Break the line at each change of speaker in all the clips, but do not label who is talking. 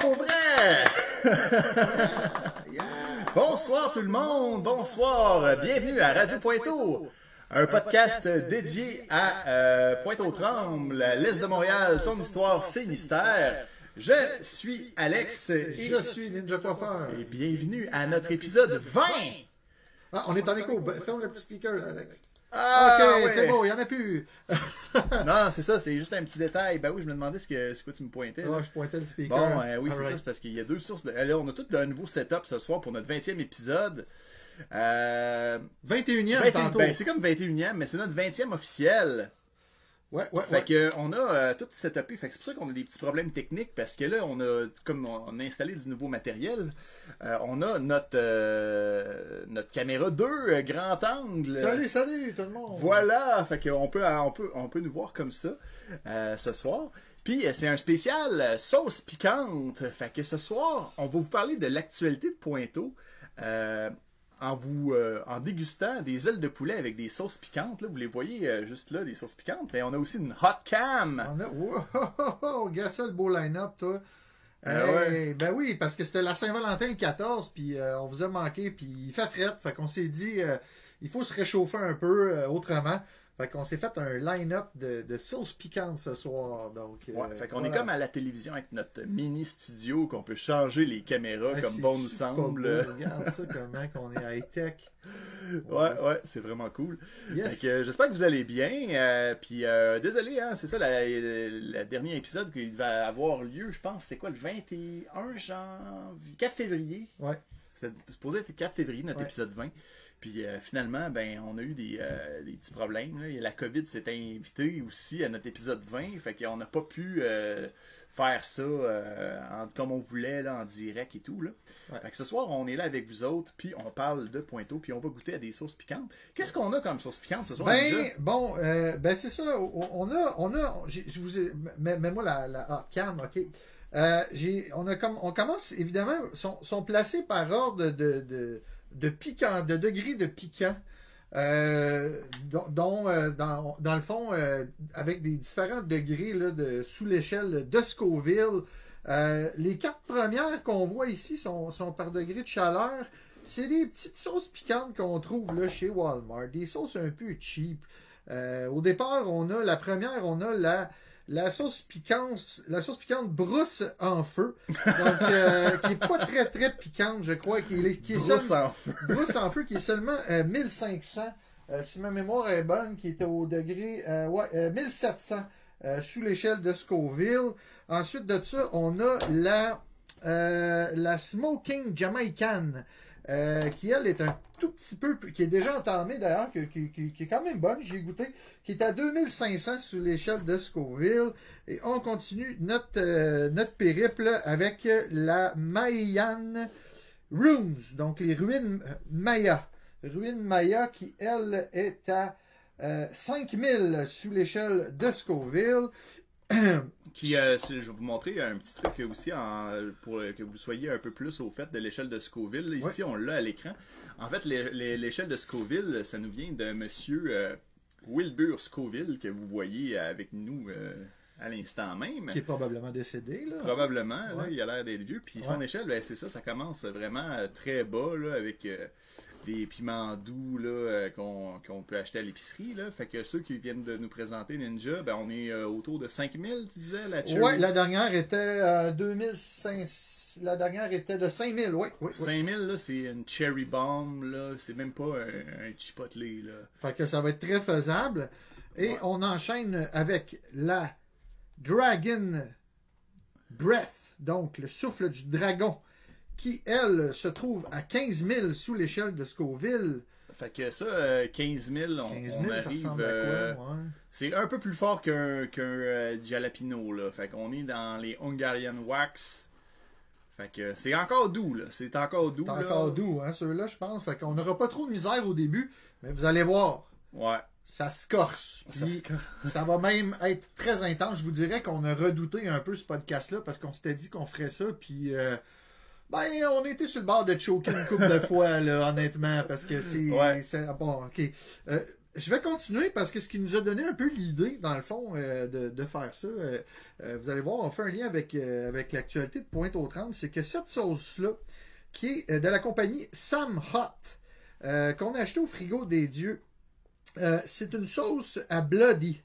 pour vrai! Bonsoir tout le monde, bonsoir, bienvenue à Radio Pointeau, un podcast dédié à euh, pointe aux trembles l'Est de Montréal, son histoire, ses mystères. Je suis Alex et,
Je suis Ninja Coiffeur.
et bienvenue à notre épisode 20!
Ah, on est en écho. Ben, ferme le petit speaker, Alex.
Ah,
ok,
ouais.
c'est bon, il n'y en a plus.
Non, c'est ça, c'est juste un petit détail. Ben oui, je me demandais ce que, ce que tu me pointais. là.
Ouais, Ah, je pointais le speaker.
Bon, euh, oui, c'est ça,
Alright.
c'est parce qu'il y a deux sources. De... eh, Là, on a tout un nouveau setup ce soir pour notre 20e épisode. Euh,
21e
21
tantôt.
ben, c'est comme 21e, mais c'est notre 20e officiel.
Ouais, ouais,
Fait
ouais.
que on a euh, tout setupé. Fait que c'est pour ça qu'on a des petits problèmes techniques parce que là, on a comme on a installé du nouveau matériel, euh, on a notre euh, notre caméra 2 euh, grand angle.
Salut, salut tout le monde.
Voilà, fait que on peut on peut on peut nous voir comme ça euh, ce soir. Puis euh, c'est un spécial euh, sauce piquante. Fait que ce soir, on va vous parler de l'actualité de Pointeau. euh, en vous euh, en dégustant des ailes de poulet avec des sauces piquantes, là, vous les voyez euh, juste là, des sauces piquantes. Mais on a aussi une hot cam.
On a... Wow, oh, oh, regarde ça, le beau line-up, toi.
Ah
Hey, Ben oui, parce que c'était la Saint-Valentin le 14, puis euh, on vous a manqué, puis il fait fret. Fait qu'on s'est dit, euh, il faut se réchauffer un peu euh, autrement. Fait qu'on s'est fait un line-up de, de sauce piquante ce soir. Donc,
Ouais,
euh,
fait qu'on
voilà.
est comme à la télévision avec notre mini studio qu'on peut changer les caméras
Ouais,
comme
Ah, c'est
bon nous
super
semble.
beau. Regarde ça, comment qu'on est high-tech.
Ouais, ouais, c'est vraiment cool.
Yes.
Fait que, euh, j'espère que vous allez bien. euh, puis euh, désolé, hein, c'est ça la- le dernier épisode qui va avoir lieu, je pense, c'était quoi le 21 janvier 4 février.
Ouais.
C'était supposé être le 4 février notre
Ouais.
épisode 20. Puis euh, finalement, ben on a eu des, euh, des petits problèmes. là. Et La COVID s'est invitée aussi à notre épisode 20. Fait qu'on n'a pas pu euh, faire ça euh, en- comme on voulait là, en direct et tout. Là.
Ouais.
Fait que ce soir, on est là avec vous autres, puis on parle de pointeau, puis on va goûter à des sauces piquantes. Qu'est-ce qu'on a comme sauce piquante ce soir?
Ben,
déjà?
bon, euh, ben c'est ça. On on a, on a, on- j'ai- je vous ai, mets- mets-moi la, la ah, cam, ok. Euh, j'ai, on a comme, on commence évidemment, sont, sont placés par ordre de, de, de piquant, de degré de piquant. Euh, dont, dont, euh, dans, dans le fond, euh, avec des différents degrés là, de, sous l'échelle de Scoville, euh, les quatre premières qu'on voit ici sont, sont par degré de chaleur. C'est des petites sauces piquantes qu'on trouve là, chez Walmart, des sauces un peu cheap. Euh, au départ, on a la première, on a la, la sauce piquante, la sauce piquante brousse en feu, donc euh, qui est pas très très piquante, je crois, qui est, qui est
Brousse
seule-
en feu.
Brousse en feu qui est seulement euh, 1500, euh, si ma mémoire est bonne, qui était au degré euh, ouais, euh, 1700 euh, sous l'échelle de Scoville. Ensuite de ça, on a la, euh, la Smoking Jamaican. euh, qui elle est un tout petit peu, plus- qui est déjà entamée d'ailleurs, qui, qui- qui- qui est quand même bonne, j'ai goûté, qui est à 2500 sous l'échelle de Scoville. Et on continue notre, euh, notre périple avec la Mayan Ruins, donc les ruines Maya. Ruines Maya qui, elle, est à euh, 5000 sous l'échelle de Scoville.
Puis, euh, c'est- je vais vous montrer un petit truc aussi en- pour euh, que vous soyez un peu plus au fait de l'échelle de Scoville. Là, Ici, on l'a à l'écran. En fait, l'é- l'é- l'échelle de Scoville, ça nous vient de monsieur euh, Wilbur Scoville que vous voyez avec nous euh, à l'instant même.
Qui est probablement décédé, là.
Probablement, là,
Ouais.
il a l'air d'être vieux. Puis son
Ouais.
échelle, ben, c'est ça, ça commence vraiment euh, très bas là, avec euh, les piments doux là, euh, qu'on qu'on peut acheter à l'épicerie. là. Fait que ceux qui viennent de nous présenter Ninja, ben, on est euh, autour de 5000, tu disais, la Cherry.
Ouais, la dernière était euh, 2500, la dernière était de 5000, oui, oui, oui.
5000, là, c'est une cherry bomb, là. C'est même pas un, un chipotle, là.
Fait que ça va être très faisable. Et
Ouais.
on enchaîne avec la Dragon Breath, donc le souffle du dragon, qui, elle, se trouve à 15 000 sous l'échelle de Scoville.
Fait que ça, euh, 15 000, on,
15
on
000, ça
arrive...
ressemble
euh,
à quoi? ouais.
c'est un peu plus fort qu'un qu'un, euh, jalapino, là. Fait qu'on est dans les Hungarian Wax. Fait que c'est encore doux, là. C'est encore doux,
C'est
là.
encore doux, hein, ceux-là, je pense. Fait qu'on n'aura pas trop de misère au début, mais vous allez voir,
Ouais.
ça se corse.
Ça
Puis
se ca-
ça va même être très intense. Je vous dirais qu'on a redouté un peu ce podcast-là parce qu'on s'était dit qu'on ferait ça, puis... euh, ben, on était sur le bord de choquer une couple de fois, là, honnêtement, parce que c'est...
Ouais.
c'est- Bon, OK. Euh, je vais continuer parce que ce qui nous a donné un peu l'idée, dans le fond, euh, de, de faire ça, euh, euh, vous allez voir, on fait un lien avec, euh, avec l'actualité de Pointe aux Trembles, c'est que cette sauce-là, qui est euh, de la compagnie Sam Hot, euh, qu'on a acheté au frigo des dieux, euh, c'est une sauce à Bloody.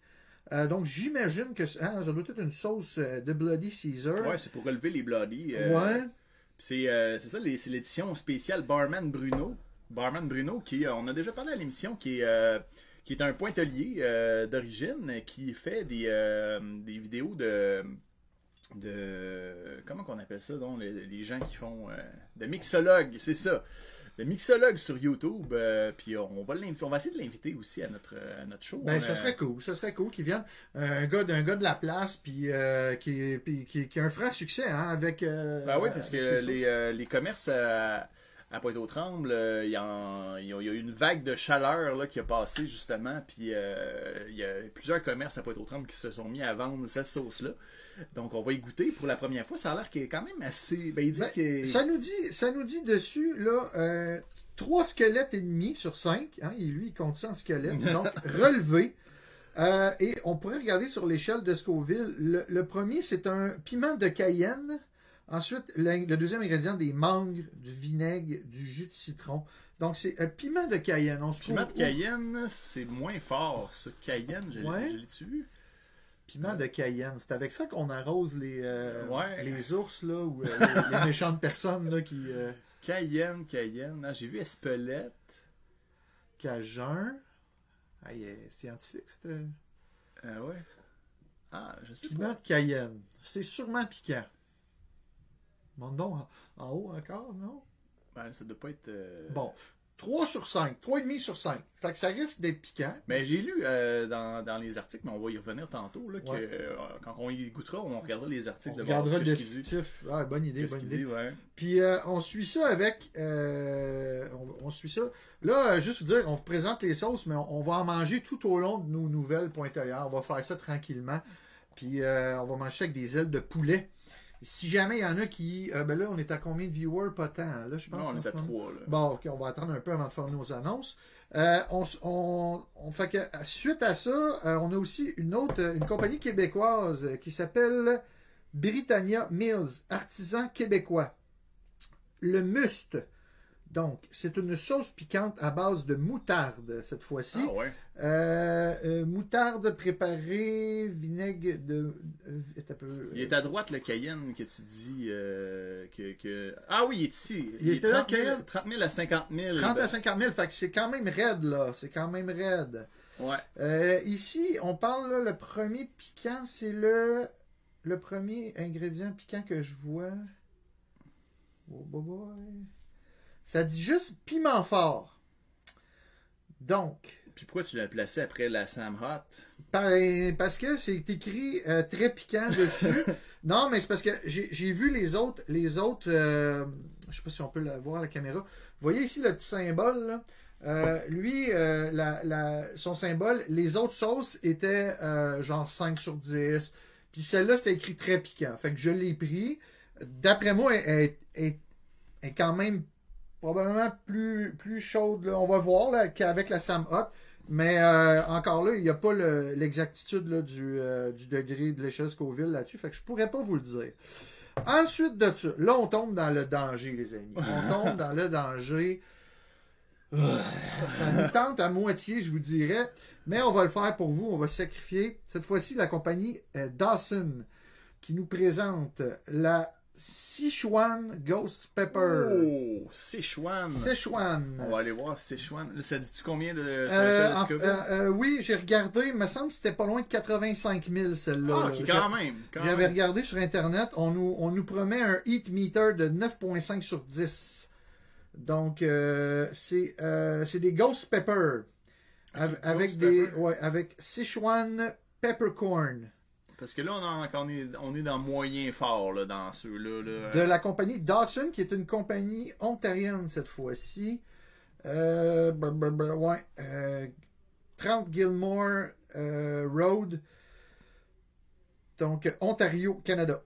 Euh, donc j'imagine que c'est- hein, ça doit être une sauce euh, de Bloody Caesar.
Ouais, c'est pour relever les bloody. euh,
Ouais.
Puis C'est euh, c'est ça, les- c'est l'édition spéciale Barman Bruno. Barman Bruno, qui euh, on a déjà parlé à l'émission, qui est, euh, qui est un pointelier euh, d'origine, euh, qui fait des, euh, des vidéos de. de comment qu'on appelle ça, donc, les, les gens qui font. euh, de mixologues, c'est ça. De mixologues sur YouTube. euh, Puis on, va l'inviter- on va essayer de l'inviter aussi à notre, à notre show.
Ben,
On
ça
a-
serait cool, ça serait cool qu'il vienne euh, un gars d'un gars de la place puis euh, qui, puis qui qui a un franc succès hein, avec euh,
Ben oui, parce
avec
que
ses
les,
sauces.
euh, les commerces à, à Pointe-aux-Trembles, euh, il y, en- il y a il y a eu une vague de chaleur là, qui a passé justement, puis euh, il y a plusieurs commerces à Pointe-aux-Trembles qui se sont mis à vendre cette sauce-là. Donc on va y goûter pour la première fois. Ça a l'air qu'il est quand même assez. Ben ils disent
Ben,
qu'il est-
ça nous dit ça nous dit dessus là euh, trois squelettes et demi sur cinq hein, et lui il compte ça en squelettes donc relevé Euh, et on pourrait regarder sur l'échelle de Scoville le, le premier c'est un piment de Cayenne ensuite le, le deuxième ingrédient des mangues du vinaigre du jus de citron donc c'est un piment de Cayenne on se
Piment de
trouve où?
Cayenne, c'est moins fort. Ça, Cayenne, je, l'ai-
Ouais.
je l'ai-tu vu?
Piment de Cayenne. C'est avec ça qu'on arrose les, euh,
Ouais.
les ours là, ou euh, les, les méchantes personnes là, qui. Euh,
Cayenne, Cayenne. Ah, J'ai vu Espelette.
Cajun. Ah, il est scientifique, c'était.
Ah ouais. Ah, je sais
Piment de Cayenne. C'est sûrement piquant. Mon don en, en haut encore, non?
pas. Ben, ça doit pas être. euh,
Bon. 3 sur 5. 3,5 sur 5. Fait que ça risque d'être piquant.
Mais j'ai lu euh, dans, dans les articles, mais on va y revenir tantôt, là, que
Ouais.
euh, quand on y goûtera, on regardera les articles
On
de
regardera
voir
le
qu'est-ce qu'ils disent.
descriptif. Ah, bonne idée,
Qu'est-ce
bonne
qu'ils
idée.
disent, ouais.
Puis euh, on suit ça avec. euh, on, on suit ça. Là, euh, juste vous dire, on vous présente les sauces, mais on, on va en manger tout au long de nos nouvelles pointillères. On va faire ça tranquillement. Puis euh, on va manger ça avec des ailes de poulet. Si jamais il y en a qui. euh, ben là, on est à combien de viewers pas tant, hein? Là, je
Non,
pense.
on
en
est
ce
à
moment.
trois, là.
Bon, ok, on va attendre un peu avant de faire nos annonces. Euh, on, s- on- on fait que suite à ça, euh, on a aussi une autre, euh, une compagnie québécoise euh, qui s'appelle Britannia Mills, artisan québécois. Le must. Donc, c'est une sauce piquante à base de moutarde cette fois-ci.
Ah ouais.
Euh, euh, moutarde préparée, vinaigre de. euh, attends un peu.
Il est à droite, le Cayenne, que tu dis euh, que, que- Ah oui, il est ici.
Il
est
était là,
30 000,
Cayenne.
30 000 à 50 000.
30 à
Ben,
50 000, fait que c'est quand même raide là, c'est quand même raide.
Ouais.
Euh, ici, on parle, là, le premier piquant, c'est le, le premier ingrédient piquant que je vois. Oh, boy, boy. Ça dit juste piment fort. Donc,
Puis pourquoi tu l'as placé après la Sam Hot?
par- parce que c'est écrit euh, très piquant dessus. non, mais c'est parce que j'ai j'ai vu les autres, les autres, euh, je sais pas si on peut la voir à la caméra. Vous voyez ici le petit symbole, là? Euh, lui, euh, la- la- son symbole, les autres sauces étaient euh, genre 5 sur 10. Puis celle-là, c'était écrit très piquant. Fait que je l'ai pris. D'après moi, elle est- est- est quand même probablement plus, plus chaude. là. On va voir là, qu'avec la Sam Hot. Mais euh, encore là, il n'y a pas le- l'exactitude là, du, euh, du degré de l'échelle Scoville là-dessus. Fait que je pourrais pas vous le dire. Ensuite de ça, là, on tombe dans le danger, les amis. On tombe dans le danger. Euh, Ça nous tente à moitié, je vous dirais. Mais on va le faire pour vous. On va sacrifier. Cette fois-ci, la compagnie euh, Dawson qui nous présente la Sichuan Ghost Pepper.
Oh, Sichuan.
Sichuan.
On va aller voir Sichuan. Là, ça dit-tu combien de.
Euh,
sur
en-
l'échelle de Scoville?
euh, euh, oui, j'ai regardé. Il me semble que c'était pas loin de 85 000, celle-là.
Ah,
là.
ok,
J'a-
quand même. quand
J'avais
même.
regardé sur Internet. On nous, on nous promet un heat meter de 9,5 sur 10. Donc, euh, c'est euh, c'est des ghost pepper. Av-
Ghost
avec des
pepper.
ouais, avec Sichuan peppercorn
Parce que là, on, a- on est, on est dans moyen fort, là, dans ceux-là. là.
de la compagnie Dawson, qui est une compagnie ontarienne cette fois-ci. Euh, bah, bah, bah, ouais, euh, 30 Gilmore euh, Road, donc Ontario, Canada.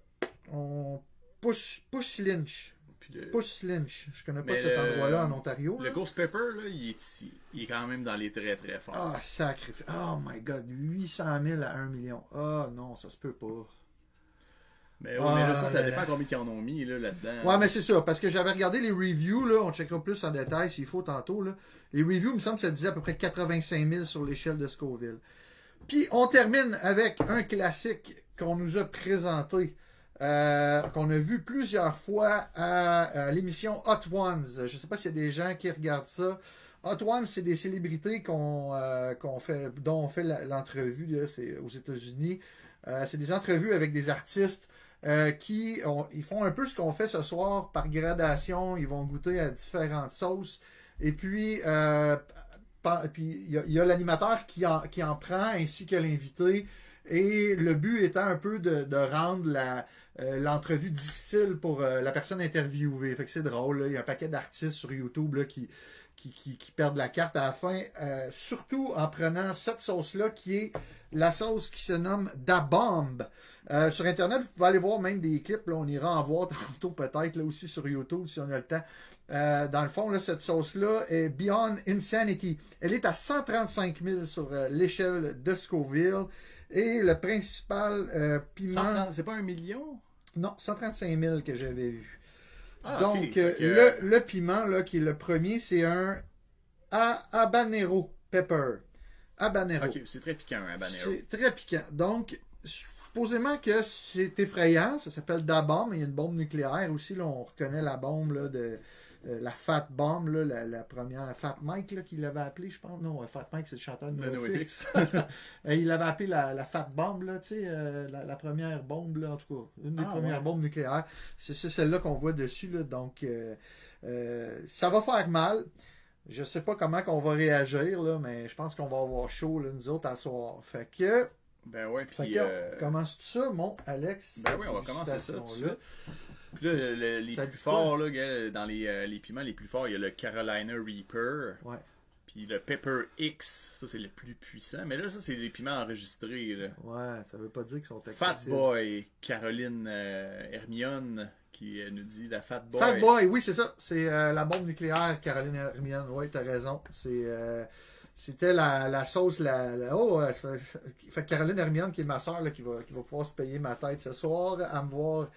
On pousse, pousse Lynch.
Puis puis le,
Push Lynch. Je connais pas
Mais le-
cet endroit-là en Ontario.
le
là.
Ghost Pepper, là, il est ici. Il est quand même dans les très très forts.
Ah, sacrifice. Oh my god, 800 000 à 1 million. Ah non, ça se peut pas.
Mais, ouais, mais là,
Ah,
ça, ça
là,
dépend
là.
combien ils en ont mis là, là-dedans.
Ouais, mais c'est ça, parce que j'avais regardé les reviews, là, on checkera plus en détail s'il faut tantôt. Là. Les reviews, il me semble que ça disait à peu près 85 000 sur l'échelle de Scoville. Puis on termine avec un classique qu'on nous a présenté, euh, qu'on a vu plusieurs fois à, à l'émission Hot Ones. Je ne sais pas s'il y a des gens qui regardent ça. Hot Ones, c'est des célébrités qu'on euh, qu'on fait, dont on fait la- l'entrevue là, c'est aux États-Unis. Euh, c'est des entrevues avec des artistes euh, qui ont- ils font un peu ce qu'on fait ce soir par gradation. Ils vont goûter à différentes sauces. Et puis, euh, pa- puis il y a, il y a l'animateur qui en, qui en prend ainsi que l'invité. Et le but étant un peu de, de rendre la, euh, l'entrevue difficile pour euh, la personne interviewée. Fait que c'est drôle. là. Il y a un paquet d'artistes sur YouTube là, qui, qui, qui- qui perdent la carte à la fin. euh, surtout en prenant cette sauce-là qui est la sauce qui se nomme Da Bomb. Euh, sur Internet, vous pouvez aller voir même des clips. Là, on ira en voir tantôt peut-être là aussi sur YouTube si on a le temps. Euh, dans le fond, là, cette sauce-là est Beyond Insanity. Elle est à 135 000 sur euh, l'échelle de Scoville. Et le principal euh, piment...
130 c'est pas un million?
Non, 135 000 que j'avais vu.
Ah,
Donc,
ok.
euh,
Fait que-
le, le piment là, qui est le premier, c'est un a- habanero pepper. Habanero.
Ok, c'est très piquant, hein, un habanero.
C'est très piquant. Donc, supposément que c'est effrayant. Ça s'appelle Da Bomb. mais Il y a une bombe nucléaire aussi. Là, on reconnaît la bombe là, de euh, la Fat Bomb, là, la, la première Fat Mike là, qu'il l'avait appelée, je pense. Non, euh, Fat Mike, c'est le chanteur de
Le
Noéfix.
NoFX.
Euh, il l'avait appelé la, la Fat Bomb, là, tu sais, euh, la, la première bombe, là, en tout cas, une des
Ah,
premières
ouais.
bombes nucléaires. C'est c'est celle-là qu'on voit dessus, là, donc euh, euh, ça va faire mal. Je sais pas comment qu'on va réagir, là, mais je pense qu'on va avoir chaud, là, nous autres, à soir. Fait que,
ben ouais,
fait
puis.
que,
euh,
on commence tout ça, mon Alex?
Ben oui, on va commencer ça tout de
Félicitations, là.
suite. Puis là, le- le- les
Ça
plus
dit quoi?
forts, là, gars, dans les, euh, les piments les plus forts, il y a le Carolina Reaper.
Ouais.
Puis le Pepper X, ça c'est le plus puissant. Mais là, ça c'est les piments enregistrés. Là.
Ouais, ça veut pas dire qu'ils sont
Fat
accessibles.
Boy, Caroline euh, Hermione, qui euh, nous dit la Fat Boy.
Fat Boy, oui, c'est ça. C'est euh, la bombe nucléaire, Caroline Hermione. Oui, t'as raison. C'est, euh, c'était la, la sauce. La, la- Oh, euh, ça fait, ça fait Caroline Hermione, qui est ma soeur, qui, va, qui va pouvoir se payer ma tête ce soir, à me voir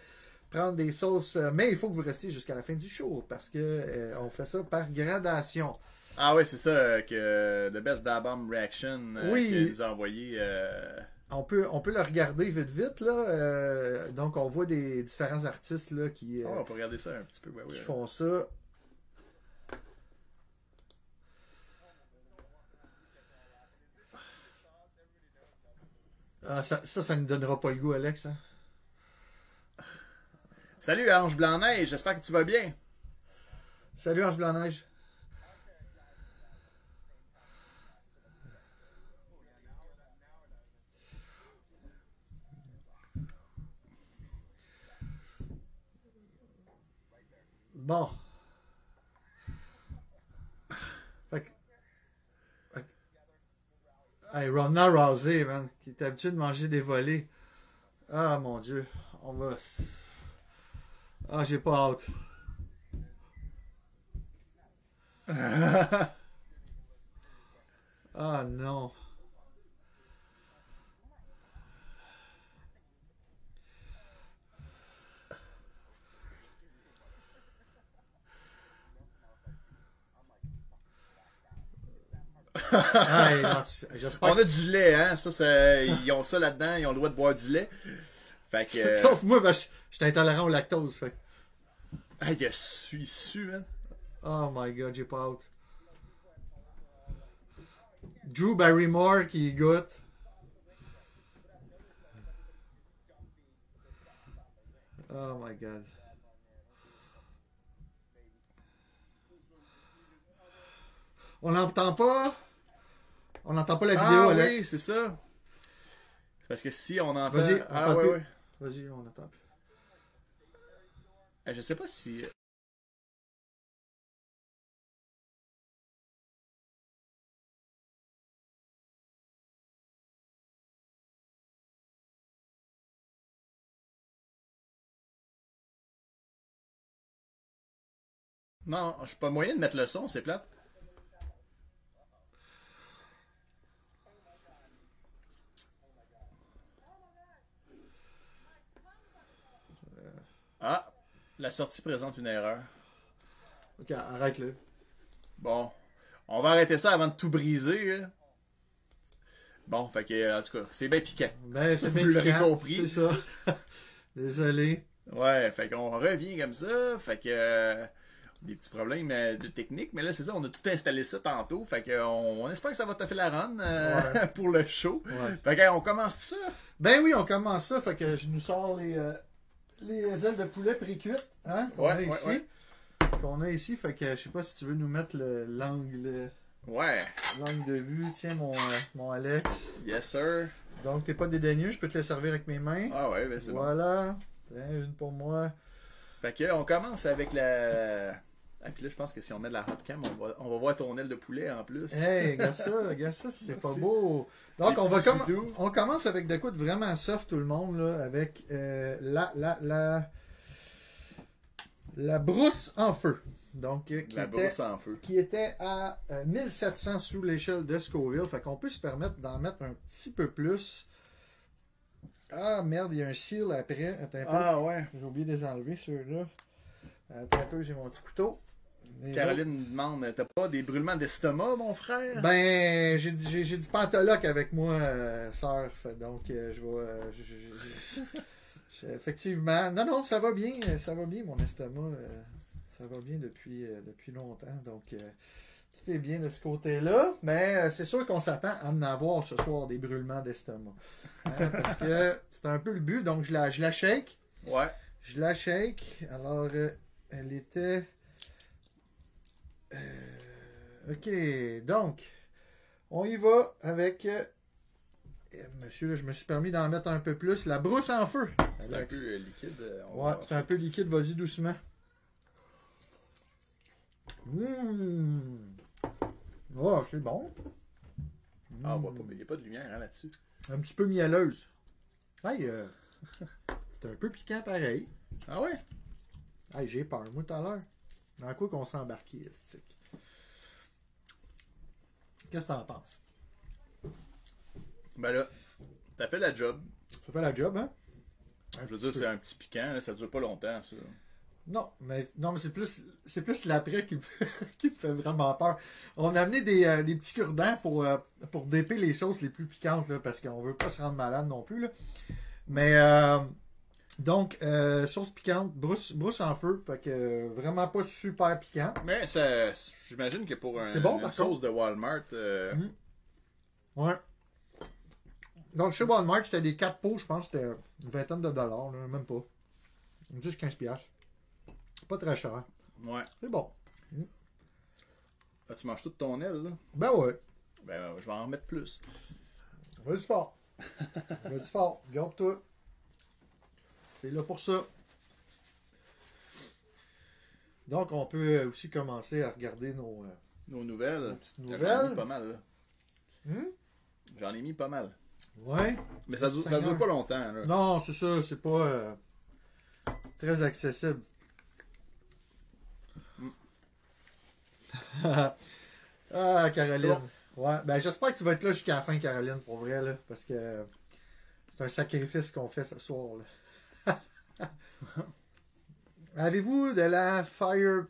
prendre des sauces. Euh, Mais il faut que vous restiez jusqu'à la fin du show, parce que euh, on fait ça par gradation.
Ah ouais, c'est ça, euh, que euh, The Best Dabam Reaction euh,
Oui.
qu'il nous a envoyé. euh,
On peut, on peut le regarder vite, vite. Là. Euh, donc, on voit des différents artistes là, qui, euh,
oh, on peut regarder ça un petit peu. Ouais,
qui
ouais.
font ça. Ah, ça, ça, ça ne donnera pas le goût, Alex. hein.
Salut Ange Blanc-Neige, j'espère que tu vas bien.
Salut, Ange Blanc-Neige. Bon. Fait que... fait que- Hey, Ronda Rousey, man, qui est habitué de manger des volets. Ah, mon Dieu. On va... s- Ah, j'ai pas hâte. Ah non. Ah, et non, tu- J'espère
On a du lait, hein? Ça, c'est- ils ont ça là-dedans, ils ont le droit de boire du lait. Fait que. euh,
Sauf moi, ben, je je suis intolérant au lactose. fait que-
Ah, il a su, il sue, hein?
Oh my god, j'ai pas hâte. Drew Barrymore qui goûte. Oh my god. On n'entend pas. On n'entend pas la vidéo,
Ah oui,
Alex.
c'est ça. Parce que si on entend.
Vas-y, on
ah
parle
ouais,
plus.
ouais.
Vas-y, on n'entend plus.
Euh, Je sais pas si. Non, je suis pas moyen de mettre le son, c'est plate. Ah, la sortie présente une erreur.
Ok, arrête-le.
Bon, on va arrêter ça avant de tout briser. hein. Bon, fait que, en tout cas, c'est bien piquant.
Ben, c'est
Vous
bien
l'aurez
piquant,
compris.
C'est ça. Désolé.
Ouais, fait qu'on revient comme ça, fait que euh, des petits problèmes euh, de technique, mais là c'est ça, on a tout installé ça tantôt, fait que on, on espère que ça va te faire la run euh, pour le show.
Ouais.
Fait que hey, on commence tout ça.
Ben oui, on commence ça. Fait que je nous sors les, euh, les ailes de poulet pré-cuites hein, qu'on
Ouais,
a
ouais,
ici.
ouais.
Qu'on a ici. Fait que je sais pas si tu veux nous mettre le- l'angle
Ouais,
l'angle de vue. Tiens, mon, euh, mon Alex.
yes sir.
Donc, t'es pas dédaigneux. Je peux te le servir avec mes mains.
Ah ouais, ben c'est bon.
voilà. Tiens, une pour moi.
Fait que on commence avec la. Ah puis là je pense que si on met de la hotcam, on va, on va voir ton aile de poulet en plus.
Hey, regarde ça, regarde ça, c'est pas
Merci.
beau. Eh, Donc,
Les
on va
petits
comm-
sous-doux.
on commence avec de quoi de vraiment soft, tout le monde, là, avec euh, la, la, la, la brousse en feu. Donc, euh, qui,
La
était,
brousse en feu.
qui était à euh, 1700 sous l'échelle de Scoville. Fait qu'on peut se permettre d'en mettre un petit peu plus. Ah, merde, il y a un seal après. Attends un peu.
Ah ouais.
J'ai oublié de les enlever, ceux-là. Euh, Attends un peu, j'ai mon petit couteau. Les autres-
Caroline nous demande, t'as pas des brûlements d'estomac, mon frère?
Ben, j'ai du- j'ai j'ai du pantoloc avec moi, euh, sœur. Fait Donc, euh, je vais. euh, je- je- je- je- je- effectivement. Non, non, ça va bien. euh, Ça va bien, mon estomac. euh, ça va bien depuis, euh, depuis longtemps. Donc, euh, tout est bien de ce côté-là. Mais euh, c'est sûr qu'on s'attend à en avoir ce soir des brûlements d'estomac. Hein, parce que c'est un peu le but. Donc, je la, je la shake.
Ouais.
Je la shake. Alors, euh, elle était. Euh, ok, donc, on y va avec. euh, euh, Monsieur, là, je me suis permis d'en mettre un peu plus. La brousse en feu.
C'est un
Alex.
peu euh, liquide. euh, on
Ouais,
va-
c'est un peu liquide, vas-y doucement. Mmh. Oh, c'est bon.
Ah, on voit pas, il n'y a pas de lumière hein, là-dessus.
Mmh. Un petit peu mielleuse. Hey, euh, c'est un peu piquant pareil.
Ah ouais?
Hey, j'ai peur, moi, tout à l'heure. Dans quoi qu'on s'est embarqué, Estique? Qu'est-ce que t'en penses?
Ben là, t'as fait la job.
Ça fait la job, hein?
Je veux dire, c'est un petit piquant, là, ça dure pas longtemps, ça.
Non, mais, non, mais c'est plus, c'est plus l'après qui, me- qui me fait vraiment peur. On a amené des, euh, des petits cure-dents pour, euh, pour déper les sauces les plus piquantes, là, parce qu'on veut pas se rendre malade non plus. Là. Mais euh, donc, euh, sauce piquante, brousse, brousse en feu, fait que euh, vraiment pas super piquant.
Mais ça, j'imagine que pour un,
C'est bon,
une
par
sauce de Walmart, euh,
Mm. Ouais. Donc, chez Walmart, c'était des 4 pots, je pense, c'était une vingtaine de dollars, là, même pas. 10-15 piastres. Pas très cher.
ouais.
C'est bon.
Ah, tu manges toute ton aile, là.
Ben ouais.
Ben, euh, je vais en remettre plus.
Vas-y fort. Vas-y fort. Garde-toi. C'est là pour ça. Donc, on peut euh, aussi commencer à regarder nos. euh,
Nos nouvelles.
Nos petites
J'en ai
nouvelles.
mis pas mal, là.
Hmm?
J'en ai mis pas mal.
Ouais.
Mais ça dure, ça
Seigneur.
dure pas longtemps, là.
Non, c'est ça. C'est pas euh, très accessible. ah, Caroline. Ouais, ben j'espère que tu vas être là jusqu'à la fin, Caroline, pour vrai, là, parce que c'est un sacrifice qu'on fait ce soir. là. Avez-vous de la fire...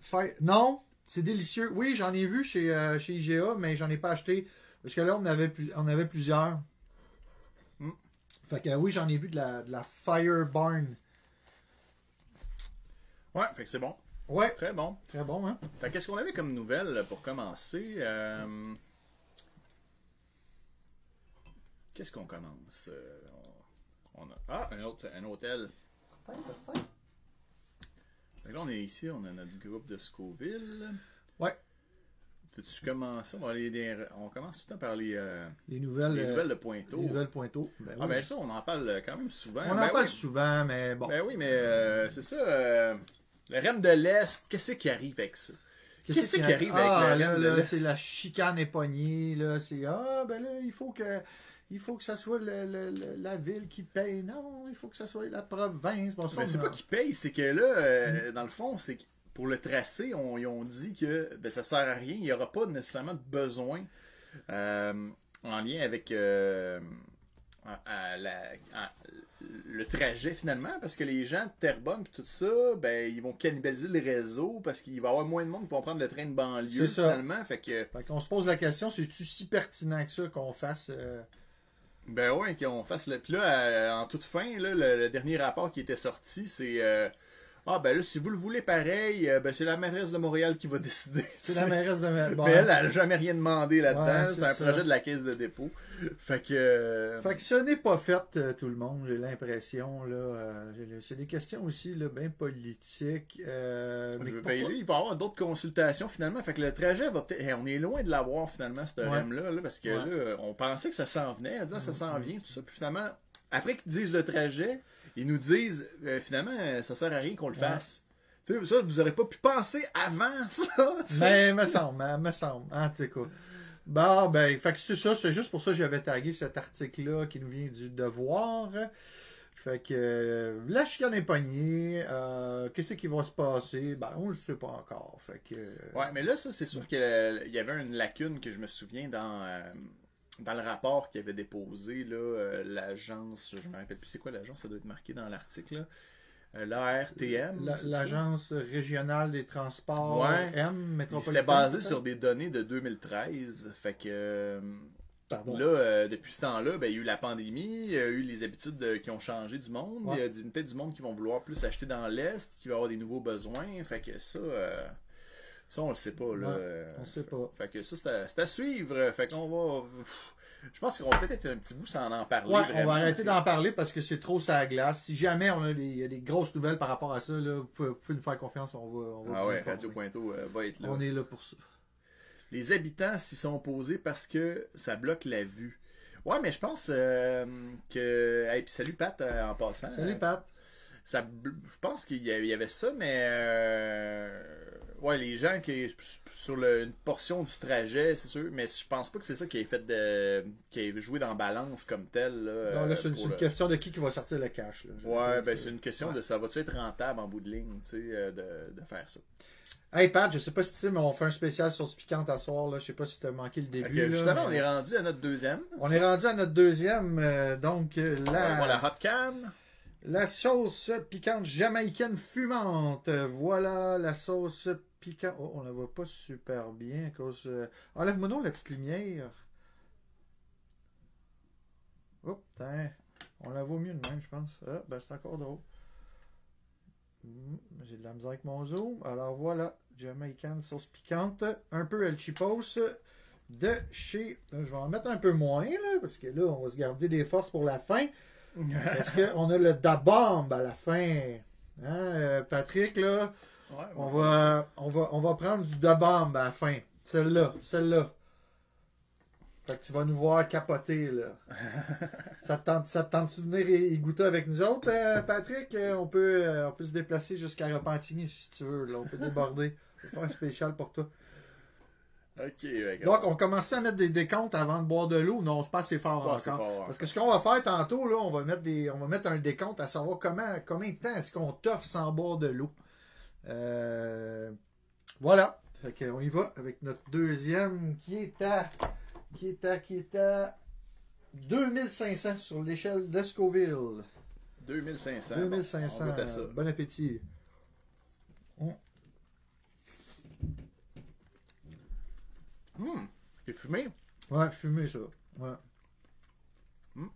fire... Non, c'est délicieux. Oui, j'en ai vu chez, euh, chez IGA, mais j'en ai pas acheté, parce que là, on avait, plus- on avait plusieurs.
Mm.
Fait que euh, oui, j'en ai vu de la, de la fire barn.
Ouais, fait que c'est bon.
Ouais,
Très bon.
très bon, hein?
Fait que qu'est-ce qu'on avait comme nouvelle là, pour commencer? Euh, Qu'est-ce qu'on commence? Euh, on... on a... Ah, un, autre, un hôtel. Fait que là, on est ici, on a notre groupe de Scoville.
Ouais.
Veux-tu commencer? On, va aller des- on commence tout le temps par les, euh,
Les nouvelles...
les
euh,
nouvelles de Pointeau.
les nouvelles Pointeau. Ben
Ah,
oui.
ben ça, on en parle quand même souvent.
On en
Ben
parle
oui.
souvent, mais bon.
Ben oui, mais euh, c'est ça. euh, le REM de l'Est, qu'est-ce qui arrive avec ça? Qu'est-ce qui arrive avec
ah,
la
là,
reine de
là,
l'Est?
C'est la chicane épognée, là. C'est ah ben là, il faut que il faut que ça soit le- le- le- la ville qui paye. Non, il faut que ça soit la province. Bon, ça,
Mais
on
Ben, c'est
a- Mm-hmm.
pas qu'ils payent, c'est que là, euh, dans le fond, c'est que pour le tracé, on, ils ont dit que ben, ça sert à rien, il n'y aura pas nécessairement de besoin euh, en lien avec euh, à- à la- à- le trajet finalement, parce que les gens de Terrebonne et tout ça, ben, ils vont cannibaliser le réseau parce qu'il va y avoir moins de monde qui vont prendre le train de banlieue
C'est ça.
finalement. Fait que,
Fait qu'on se pose la question, c'est-tu si pertinent que ça qu'on fasse euh,
ben ouais, qu'on fasse le. Puis là, euh, en toute fin, là, le, le dernier rapport qui était sorti, c'est. euh, ah ben là, si vous le voulez pareil, euh, ben c'est la mairesse de Montréal qui va décider.
C'est la mairesse de Ma- bon, hein.
Mais elle, elle n'a jamais rien demandé là-dedans.
Ouais,
c'est
c'est
un
ça.
projet de la caisse de dépôt. Fait que. euh,
Fait que ce n'est pas fait, euh, tout le monde, j'ai l'impression. là. euh, j'ai le- c'est des questions aussi là, bien politiques. euh,
je
mais
veux
pourquoi-
bien- il va y avoir d'autres consultations finalement. Fait que le trajet va peut-être. eh, on est loin de l'avoir finalement, ce
Ouais.
REM-là. là, parce que
Ouais. Mhm.
là, on pensait que ça s'en venait. Elle disait ça s'en vient, tout ça. Puis finalement, après qu'ils disent le trajet, ils nous disent euh, finalement, euh, ça sert à rien qu'on le
Ouais.
fasse. Tu sais, ça, vous aurez pas pu penser avant ça. tu sais.
Mais me semble, hein, me semble. En tout cas. Bon, ben, fait que c'est ça, c'est juste pour ça que j'avais tagué cet article-là qui nous vient du Devoir. Fait que euh, la chicane est pognée. euh, Qu'est-ce qui va se passer? Ben, on ne sait pas encore. Fait que. euh,
Ouais, mais là, ça, c'est sûr qu'il y avait une lacune que je me souviens dans, euh, dans le rapport qu'il avait déposé, là, euh, l'agence, je me rappelle plus c'est quoi l'agence, ça doit être marqué dans l'article, là. Euh, l'ARTM.
la-
c'est ça?
L'Agence régionale des transports
Ouais.
M
Il
métropolitaine.
s'était basé sur des données de 2013. Fait que euh,
Pardon.
là, euh, depuis ce temps-là, ben, il y a eu la pandémie, il y a eu les habitudes euh, qui ont changé du monde.
Ouais.
Il y a du- peut-être du monde qui vont vouloir plus acheter dans l'Est, qui va avoir des nouveaux besoins. Fait que ça, euh, ça on le sait pas. Là,
Ouais,
Euh,
on sait pas.
Fait que ça, c'est à, c'est à suivre. Fait qu'on va. pff, Je pense qu'on va peut-être être un petit bout sans en parler.
Ouais, on
vraiment.
va arrêter
Euh, C'est-
d'en parler parce que c'est trop ça glace. Si jamais on a des, des grosses nouvelles par rapport à ça, là, vous, pouvez, vous pouvez nous faire confiance, on va, on va
Ah
vous
ouais,
informer.
Radio Pointeau euh, va être là.
On est là pour ça.
Les habitants s'y sont opposés parce que ça bloque la vue. Ouais, mais je pense euh, que. Hey, puis salut Pat euh, en passant.
Salut
Euh,
Pat.
ça bl- Je pense qu'il y a- il y avait ça, mais. euh, Ouais, les gens qui. Sur le- une portion du trajet, c'est sûr. Mais je pense pas que c'est ça qui est fait de. qui est joué dans balance comme tel. Là,
Non,
euh,
là, c'est une,
pour
c'est une
le-
question de qui qui va sortir le cash. là.
Ouais,
Je-
ben
je-
c'est une question
ouais.
de ça va-tu être rentable en bout de ligne, tu sais, euh, de, de faire ça.
Hey Pat, je sais pas si tu sais, mais on fait un spécial sur Spicante à soir. Là. Je sais pas si t'as manqué le
Fait
début.
que,
là,
justement, on
mais-
est rendu à notre deuxième.
on est rendu à notre deuxième. euh, donc, euh, la,
Voilà, hot cam.
la sauce piquante jamaïcaine fumante. Euh, Voilà la sauce piquante. Oh, on la voit pas super bien à cause. euh, Enlève-moi donc la petite lumière. Oh, putain. On la vaut mieux de même, je pense. Ah, ben c'est encore drôle. Hmm, J'ai de la misère avec mon zoom. Alors voilà, Jamaican sauce piquante, un peu El Chipos de chez. Je vais en mettre un peu moins, là, parce que là, on va se garder des forces pour la fin. Parce qu'on a le Dabomb à la fin. Hein, euh, Patrick, là,
Ouais,
on
bon.
va, on va, on va prendre du Dabomb à la fin. Celle-là, celle-là. Fait que tu vas nous voir capoter, là. ça te tente, ça te tente-tu de venir et, et goûter avec nous autres, euh, Patrick? Euh, on, peut, euh, on peut se déplacer jusqu'à Repentigny, si tu veux. Là. On peut déborder. C'est pas un spécial pour toi.
Ok, d'accord.
Donc, on commençait à mettre des décomptes avant de boire de l'eau. Non, c'est pas assez fort
Pas
encore.
assez fort, hein.
Parce que ce qu'on va faire tantôt, là, on va mettre des, on va mettre un décompte à savoir comment, combien de temps est-ce qu'on t'offre sans boire de l'eau. Euh, voilà. Fait que on y va avec notre deuxième qui est à, qui est à, qui est à 2500 sur l'échelle d'Escoville.
2500. bon,
2500.
on goûte à ça.
Bon appétit.
Hmm, T'es fumé?
Ouais, fumé ça. Ouais.
Mm.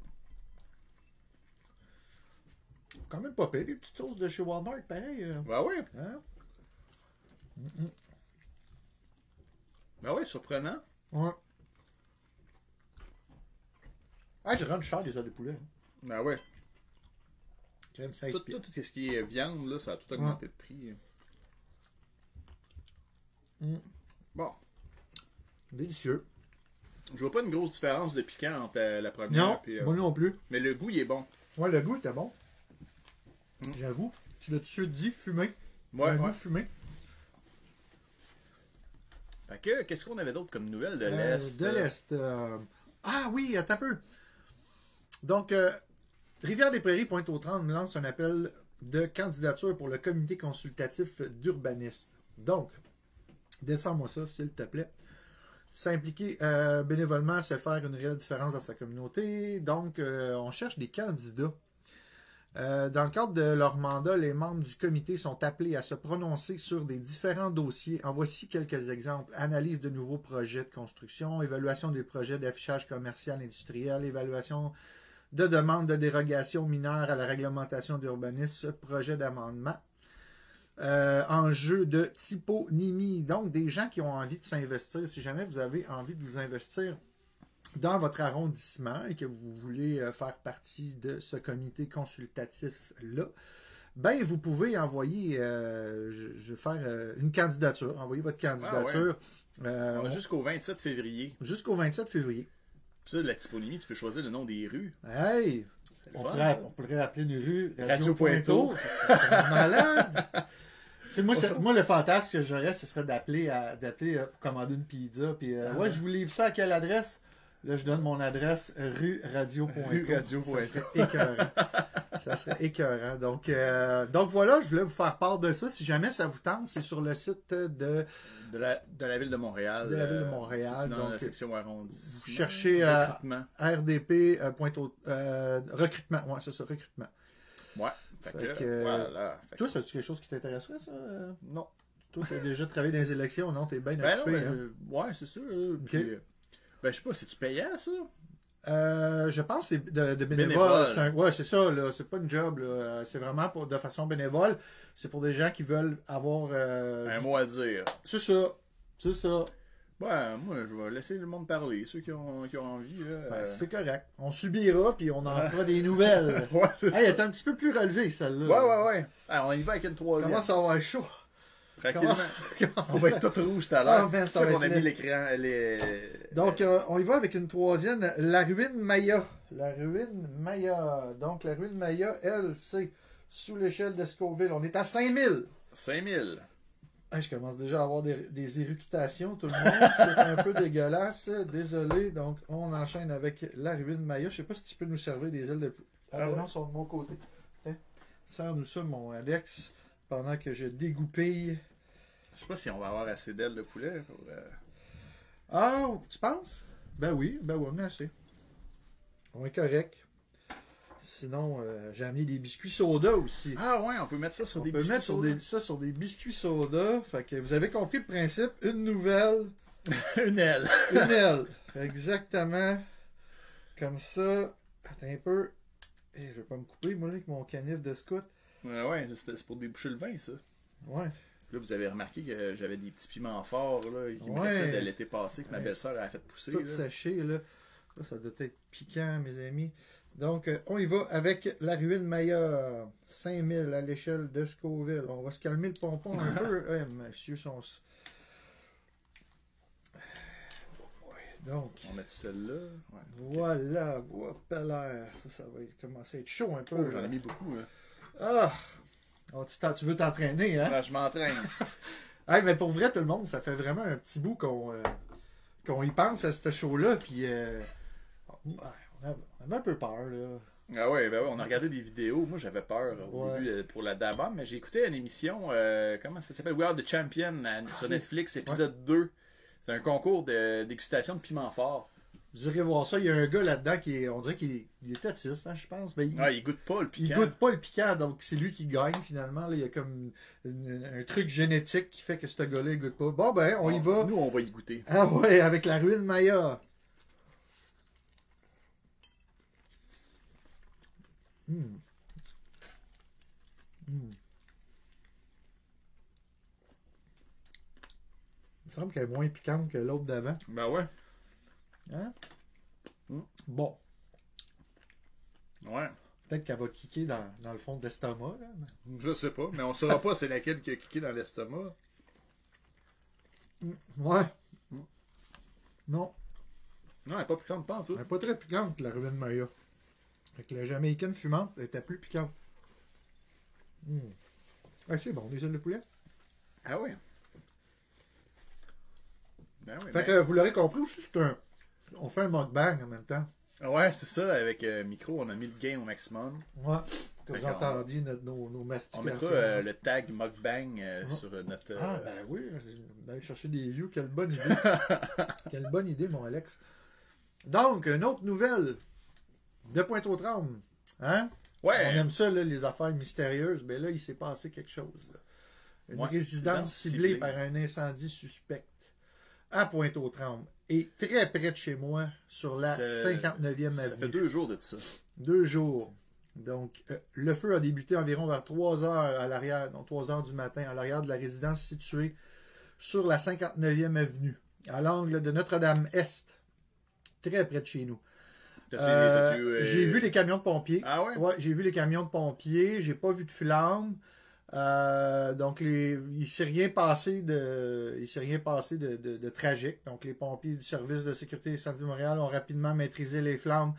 Quand même pas pire, les petites sauces de chez Walmart, pareil. euh,
Ben oui,
hein?
ben oui, surprenant.
Ouais. Ah, je rentre cher les ailes de poulet. hein.
Ben oui.
Crème 16
Tout,
pieds.
tout, tout ce qui est viande, là, ça a tout augmenté de prix.
Mm.
Bon,
Délicieux.
je vois pas une grosse différence de piquant entre euh, la première.
Non,
puis, euh,
moi non plus.
Mais le goût, il est bon.
Ouais, le goût était bon.
Mm.
J'avoue. Tu l'as tout de suite dit, fumé.
Ouais, ouais.
le goût fumé.
Fait que, qu'est-ce qu'on avait d'autre comme nouvelle de
Euh,
l'Est?
de l'Est. euh, Ah oui, attends un peu. Donc, euh, Rivière-des-Prairies, Pointe-aux-Trembles lance un appel de candidature pour le comité consultatif d'urbanisme. Donc, descends-moi ça, s'il te plaît. S'impliquer euh, bénévolement, c'est faire une réelle différence dans sa communauté. Donc, euh, on cherche des candidats. Euh, dans le cadre de leur mandat, les membres du comité sont appelés à se prononcer sur des différents dossiers. En voici quelques exemples. Analyse de nouveaux projets de construction, évaluation des projets d'affichage commercial industriel, évaluation de demandes de dérogation mineure à la réglementation d'urbanisme, projet d'amendement. Euh, enjeu de typonymie. Donc, des gens qui ont envie de s'investir. Si jamais vous avez envie de vous investir dans votre arrondissement et que vous voulez euh, faire partie de ce comité consultatif-là, ben vous pouvez envoyer, euh, je, je vais faire euh, une candidature, envoyer votre candidature euh,
Ah On a jusqu'au 27 février.
jusqu'au 27 février.
Puis ça, la typonymie, tu peux choisir le nom des rues.
Hey!
C'est le
On,
fun,
pourrait,
ça.
on pourrait appeler une rue
Radio Pointeau.
C'est malade! Tu sais, moi, c'est- moi, le fantasme que j'aurais, ce serait d'appeler à- d'appeler euh, pour commander une pizza. Puis, euh,
Ah.
ouais, je vous livre ça à quelle adresse? Là, je donne mon adresse rue Radio Pointeau.
Rue Radio
Ça serait écœurant. ça serait écœurant. Donc, euh, donc voilà, je voulais vous faire part de ça. Si jamais ça vous tente, c'est sur le site de.
De la, de la ville de Montréal.
De la ville de
euh,
Montréal,
Dans
donc, euh,
la section arrondissement.
vous cherchez, euh,
Recrutement.
RDP euh, point au- euh, recrutement. Ouais, c'est ça, recrutement.
Ouais. Fait,
fait
que,
que- euh,
voilà. Fait que-
Toi, c'est quelque chose qui t'intéresserait, ça? euh?
non.
Toi, t'as déjà travaillé dans les élections, non? T'es bien
Ben non,
occupé.
ben,
hein?
euh, ouais, c'est sûr. euh,
Ok.
puis, euh, ben, je sais pas, c'est-tu payant, ça?
Euh, je pense que c'est de, de bénévole.
Bénévole.
C'est un- ouais, c'est ça. Là, c'est pas une job. là, euh, C'est vraiment pour, de façon bénévole. C'est pour des gens qui veulent avoir. euh,
Un
du-
mot à dire.
C'est ça. C'est ça.
Ben, moi, je vais laisser le monde parler. Ceux qui ont, qui ont envie, là.
Ben,
euh,
C'est correct. On subira puis on en fera des nouvelles.
Ouais, c'est
hey, elle
ça.
est un petit peu plus relevée celle-là.
Ouais, ouais, ouais. Ah, on y va avec une troisième.
Comment ça va être chaud?
Tranquillement. On va être tout rouge tout à
Ah,
l'heure.
man,
C'est
ça
ça
va
qu'on a
être
mis
laid.
l'écran. Les...
Donc, euh, on y va avec une troisième, la ruine Maya. La ruine Maya. Donc, la ruine Maya, elle, c'est sous l'échelle de Scoville. On est à 5000.
5000.
Hey, je commence déjà à avoir des, des éructations, tout le monde. C'est un peu dégueulasse. Désolé. Donc, on enchaîne avec la ruine Maya. Je sais pas si tu peux nous servir des ailes de poule. Ah,
Ah
ben
ouais.
non, sont de mon côté. Tiens, sers-nous ça, mon Alex, pendant que je dégoupille.
Je sais pas si on va avoir assez d'ailes de poulet. Pour, euh,
Ah, tu penses? Ben oui, ben oui, on a assez. On est correct. Sinon, euh, j'ai amené des biscuits soda aussi.
Ah ouais, on peut mettre ça sur
on
des
peut
biscuits
mettre sur
soda.
des- ça sur des biscuits soda. Fait que vous avez compris le principe. Une nouvelle,
une aile.
une aile. Exactement. Comme ça. Attends un peu. Eh, je vais pas me couper, moi, là, avec mon canif de scout. Euh,
Ouais, ouais, c'était- c'est pour déboucher le vin, ça.
Ouais.
Là, vous avez remarqué que j'avais des petits piments forts là, qui me
Ouais.
restaient de l'été passé, que ma
Ouais.
belle-sœur a fait pousser.
tout
là.
séché, là. Ça, ça doit être piquant, mes amis. Donc, euh, on y va avec la ruine Maya. 5000 à l'échelle de Scoville. On va se calmer le pompon un peu. Eh, monsieur, son... Donc,
On met celle-là. Ouais.
voilà. Hop là. Ça, ça va être- commencer à être chaud un peu.
Oh, J'en
là.
ai mis beaucoup. Là.
Ah! Oh, tu, t'en- tu veux t'entraîner, hein?
Ah, je m'entraîne.
Hey, mais pour vrai, tout le monde, ça fait vraiment un petit bout qu'on euh, qu'on y pense à ce show-là. Puis euh, on on avait on avait un peu peur. Là.
Ah ouais, ben ouais, on a regardé des vidéos. Moi, j'avais peur au
Ouais.
début euh, pour la Dabam, mais j'ai écouté une émission, euh, comment ça s'appelle? We Are the Champion à- sur Netflix, épisode 2. C'est un concours de dégustation de piment fort.
Vous irez voir ça. Il y a un gars là-dedans qui est, on dirait qu'il est- il est autiste, hein, je pense. Mais il,
Ah, il goûte pas le
il
piquant.
goûte pas le piquant, donc c'est lui qui gagne finalement. là. Il y a comme une- un truc génétique qui fait que ce gars-là, il goûte pas. Bon, ben, on y
Bon,
va.
Ah, Nous, on va y goûter.
Ah ouais, avec la ruine Maya. Hmm. Hmm. Il me semble qu'elle est moins piquante que l'autre d'avant.
Ben ouais.
Hein?
Hmm.
Bon,
Ouais.
peut-être qu'elle va kicker dans, dans le fond de l'estomac. là, mais-
Je sais pas, mais on saura pas c'est laquelle qui a kické dans l'estomac.
Ouais.
Non,
Non,
elle est pas piquante pas en tout.
elle n'est pas très piquante, la ruine Maya. Fait que la Jamaïcaine fumante elle était plus piquante. Hmm. Ah, c'est bon, les ailes de poulet.
Ah oui. Ben oui.
Fait que
ben-
euh, vous l'aurez compris aussi, c'est un. On fait un mukbang en même temps.
Ah Ouais, c'est ça. Avec euh, micro, on a mis le gain au maximum.
Ouais. que
Fait
vous
qu'on-
entendiez notre- nos, nos
On
mastications.
mettra euh, le tag mukbang euh,
Ouais.
sur euh, notre. euh,
Ah, ben oui, d'aller chercher des views, quelle bonne idée. quelle bonne idée, mon Alex. Donc, une autre nouvelle de pointe aux trembles. Hein? On
Ouais,
aime ça, là, les affaires mystérieuses. Mais là, il s'est passé quelque chose. là. Une
Ouais,
résidence
résidence
ciblée
ciblée.
par un incendie suspect à pointe aux trembles et très près de chez moi, sur la
Ça-
59e
ça
avenue.
fait deux jours de ça.
Deux jours. Donc, euh, le feu a débuté environ vers 3 heures à l'arrière, non, 3 heures du matin, à l'arrière de la résidence située sur la 59e avenue, à l'angle de Notre-Dame-Est, très près de chez nous.
T'as-tu-
Euh,
t'as-tu, euh,
J'ai vu les camions de pompiers.
Ah ouais?
Ouais, j'ai vu les camions de pompiers, j'ai pas vu de flammes. Euh, donc les, il s'est rien passé de, il s'est rien passé de, de- de tragique. Donc les pompiers du service de sécurité et santé de Montréal ont rapidement maîtrisé les flammes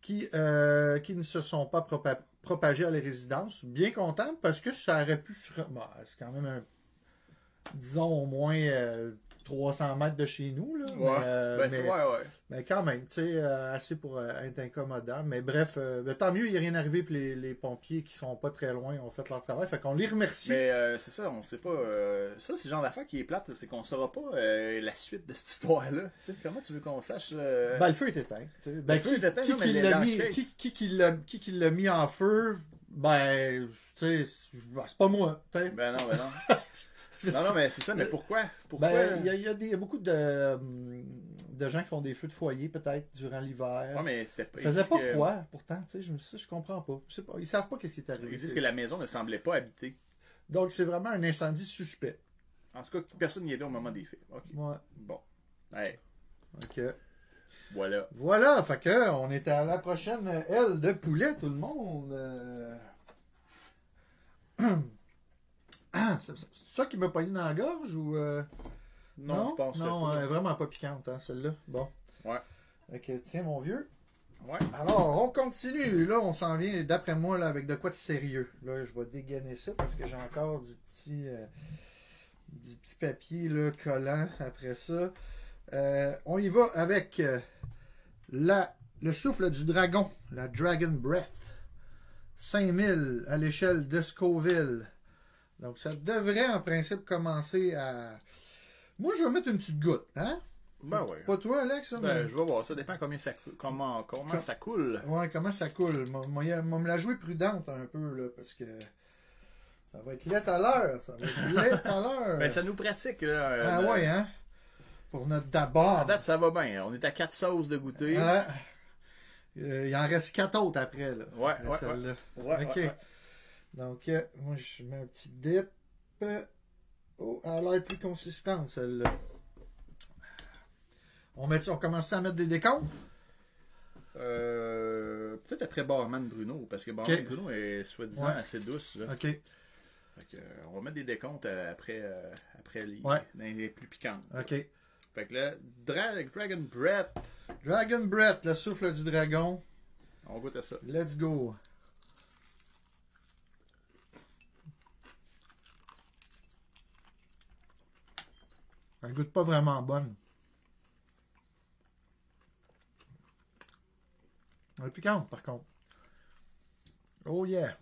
qui, euh, qui ne se sont pas propa- propagées à les résidences. Bien content parce que ça aurait pu, se re- bon, c'est quand même un, disons au moins euh, 300 mètres de chez nous là.
Ouais.
Mais, euh,
Ben, c'est-
mais-
ouais, ouais.
mais quand même, tu sais, euh, assez pour euh, être incommodant. Mais bref, euh, ben, tant mieux, il n'y a rien arrivé. Puis les, les pompiers qui sont pas très loin ont fait leur travail. Fait qu'on les remercie.
Mais euh, c'est ça, on sait pas. euh, ça, c'est le genre d'affaire qui est plate, c'est qu'on saura pas euh, la suite de cette histoire-là. Tu sais, comment tu veux qu'on sache euh,
Ben, le feu est éteint. tu sais. Ben,
le feu
qui-
est éteint,
qui
non, mais
qui
les-
l'a
dans
mis-
le-
qui- qui- qui l'a- Qui qui l'a mis en feu? Ben, tu sais, c'est c'est pas moi. tu sais.
Ben non, ben non. non, non, mais c'est ça, mais pourquoi Pourquoi
Euh, Ben, il y a, il y a des- il y a beaucoup de, euh, de gens qui font des feux de foyer, peut-être, durant l'hiver.
Ouais, mais c'était pas.
Il
ils
faisait
disent
pas
que-
froid, pourtant, tu sais, je me suis dit, je comprends pas. Je sais pas, ils savent pas qu'est-ce qui est arrivé.
Ils disent que la maison ne semblait pas habitée.
Donc, c'est vraiment un incendie suspect.
En tout cas, personne n'y était au moment des faits. Ok.
Ouais.
Bon. Hey,
OK.
voilà.
Voilà, fait que on est à la prochaine aile de poulet, tout le monde. Euh, Ah, c'est c'est ça qui m'a pogné dans la gorge ou euh,
Non, je pense
non,
que.
elle est vraiment pas piquante hein, celle-là. Bon.
Ouais.
Ok, tiens mon vieux.
Ouais.
Alors on continue là, on s'en vient d'après moi là avec de quoi de sérieux. Là, je vais dégainer ça parce que j'ai encore du petit euh, du petit papier là, collant après ça. Euh, on y va avec euh, la, le souffle du dragon, la Dragon Breath. 5000 à l'échelle de Scoville. Donc ça devrait en principe commencer à... Moi je vais mettre une petite goutte, hein?
Ben ouais.
Pas toi Alex? hein,
Ben,
mais-
je vais voir, ça dépend combien ça cou- comment, comment
Com-
ça coule.
Ouais, comment ça coule? Moi, moi, y a- moi, me la jouer prudente un peu, là, parce que ça va être laid à l'heure. Ça va être laid à l'heure.
Ben ça nous pratique. là, euh,
ah
le-
ouais, hein? Pour notre
À
d'abord.
date, ça va bien. On est à quatre sauces de goûter.
Ah. Euh, il en reste quatre autres après. Là,
Ouais,
Après
ouais,
celle-là.
Ouais,
Ah, OK.
ouais, ouais.
Donc, euh, moi, je mets un petit dip. Oh, elle a l'air plus consistante, celle-là. On, met, on commence à mettre des décomptes?
Euh, Peut-être après Barman Bruno, parce que Barman
Ok.
Bruno est soi-disant
Ouais.
assez douce. là.
OK.
Fait que, euh, on va mettre des décomptes euh, après, euh, après les,
Ouais.
dans les plus piquantes.
OK.
Fait que là, Dra- Dragon Breath,
Dragon Breath, le souffle du dragon.
on goûte à ça.
Let's go. Elle goûte pas vraiment bonne. Elle est piquante, par contre. Oh yeah.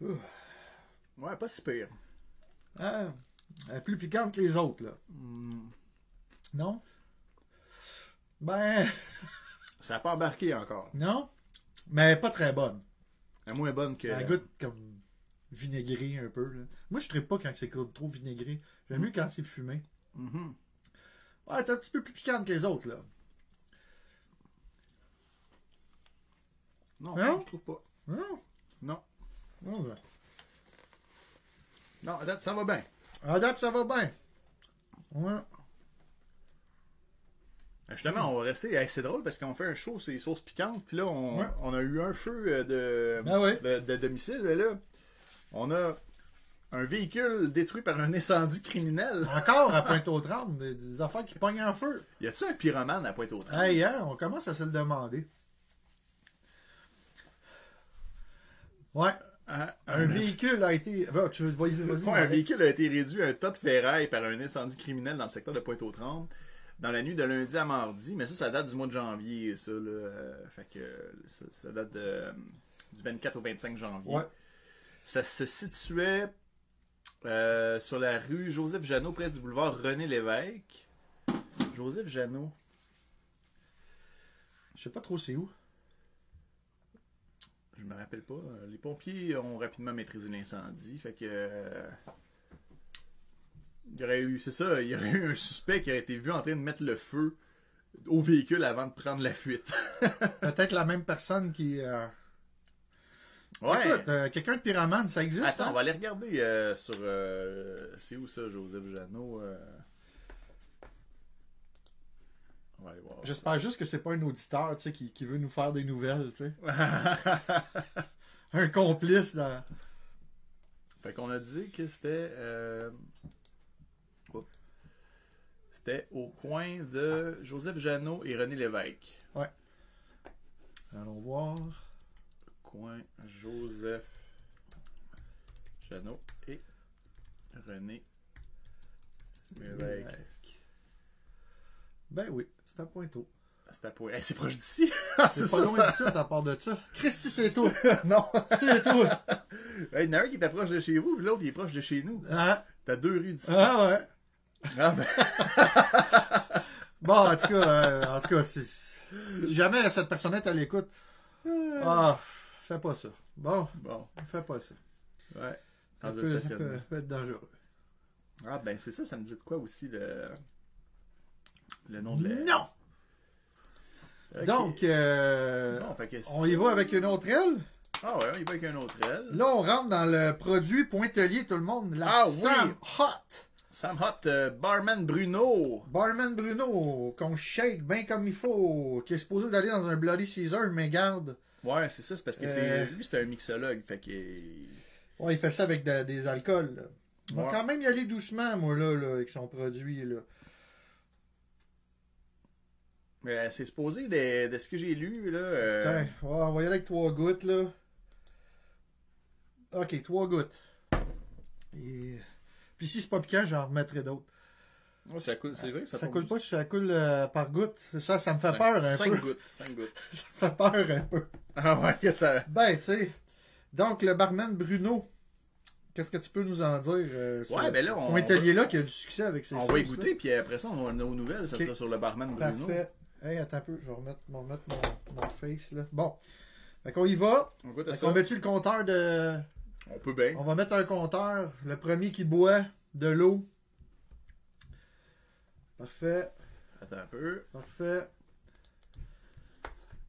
Ouais, pas si pire.
Ah, elle est plus piquante que les autres, là.
Hmm.
Non? Ben,
Ça n'a pas embarqué encore.
non. Mais elle est pas très bonne.
Elle est moins bonne que.
Elle goûte comme vinaigré un peu. là. Moi, je ne pas quand c'est comme trop vinaigré. J'aime mieux quand c'est fumé.
Mhm.
Ouais, elle est un petit peu plus piquante que les autres, là.
Non,
Hein?
je trouve pas.
Non?
Non.
Non, Hein? ben.
Non, à date, ça va bien.
À date, ça va bien. Ouais.
Justement, on va rester. hey, c'est drôle parce qu'on fait un show sur les sauces piquantes. Puis là, on,
Ouais.
on a eu un feu euh, de,
Ben ouais.
de, de domicile. mais Là, on a un véhicule détruit par un incendie criminel.
Encore à pointe aux trembles, des, des affaires qui pognent en feu.
Y a-tu un pyromane à pointe aux trembles
Hey, hein, on commence à se le demander. Ouais. Un véhicule a été. Va, tu veux, vas-y, vas-y,
Mmh. un
Alex.
véhicule a été réduit à un tas de ferraille par un incendie criminel dans le secteur de pointe aux trembles dans la nuit de lundi à mardi. Mais ça, ça date du mois de janvier, ça. Là. Euh, Fait que euh, ça, ça date de, euh, du 24 au 25 janvier.
Ouais.
Ça se situait euh, sur la rue Joseph Jeannot, près du boulevard René Lévesque. Joseph Jeannot.
Je sais pas trop c'est où.
Je me rappelle pas. Euh, Les pompiers ont rapidement maîtrisé l'incendie. Fait que. euh, Il y aurait eu. C'est ça, il y aurait eu un suspect qui aurait été vu en train de mettre le feu au véhicule avant de prendre la fuite.
Peut-être la même personne qui. euh,
Ouais.
Écoute, euh, quelqu'un de pyramide, ça existe.
Attends,
hein?
on va aller regarder euh, sur. euh, c'est où ça, Joseph Jeannot euh? On va aller voir.
J'espère juste que c'est pas un auditeur tu sais, qui, qui veut nous faire des nouvelles. tu sais. Un complice dans.
Fait qu'on a dit que c'était. euh, oups. C'était au coin de Joseph Jeannot et René Lévesque.
Allons voir.
Coin Joseph Jeannot et René Lévesque.
Ben oui, c'est à Pointeau.
C'est à Pointe- Hey, c'est proche d'ici. Ah,
C'est
c'est
pas
ça.
loin
ça.
d'ici à part de ça. Christy, c'est tout.
non.
C'est tout.
Hey, Il y en a un qui est proche de chez vous, puis l'autre il est proche de chez nous.
Hein?
T'as deux rues d'ici.
Ah ouais.
Ah, ben,
Bon, en tout cas, euh, en tout cas si, si jamais cette personne est à l'écoute, ah, fais pas ça. Bon,
bon,
fais pas ça.
ouais.
Ça
Dans un
peut- ça peut,
stationnement.
peut être dangereux.
Ah, ben, c'est ça, ça me dit de quoi aussi le. Le nom de la.
Non!
Ok.
Donc, euh,
Bon, fait que
on
c'est-
y va avec une autre aile.
Ah, ouais, on y va avec un autre aile.
Là, on rentre dans le produit pointelier, tout le monde. La
Ah oui!
Sam Hot.
Sam Hot, euh, Barman Bruno.
Barman Bruno, qu'on shake bien comme il faut, qui est supposé d'aller dans un Bloody Caesar, mais garde.
Ouais, c'est ça, c'est parce que
Euh.
c'est lui, c'est un mixologue. Fait que.
Ouais, il fait ça avec de- des alcools. là. On va
Ouais.
quand même y aller doucement, moi, là, là, avec son produit. Là.
Mais c'est supposé de, de ce que j'ai lu, là. euh,
Tiens, ouais, on va y aller avec trois gouttes, là. Ok, trois gouttes. Et... Puis si c'est pas piquant, j'en remettrai d'autres.
ouais, ça coule, c'est vrai que ça, Ben,
Ça, coule pas, ça coule euh, par goutte. Ça, ça me fait peur un
5
peu.
gouttes, 5 gouttes.
Ça me fait peur un peu.
Ah, ouais, que ça.
Ben, tu sais. Donc, le barman Bruno, qu'est-ce que tu peux nous en dire euh, sur
Ouais, ben là, on-
est là qui a du succès avec ses
On va
sauces-là?
écouter, puis après ça, on a nos nouvelles. Ça
Ok.
sera sur le barman Bruno.
Parfait. Hey, attends un peu, je vais remettre, je vais remettre mon, mon face, là. Bon. Fait qu'on y va.
On goûte à
Fait
ça.
qu'on met-tu le compteur de...
On peut bien.
On va mettre un compteur. Le premier qui boit de l'eau. Parfait,
Attends un peu.
parfait.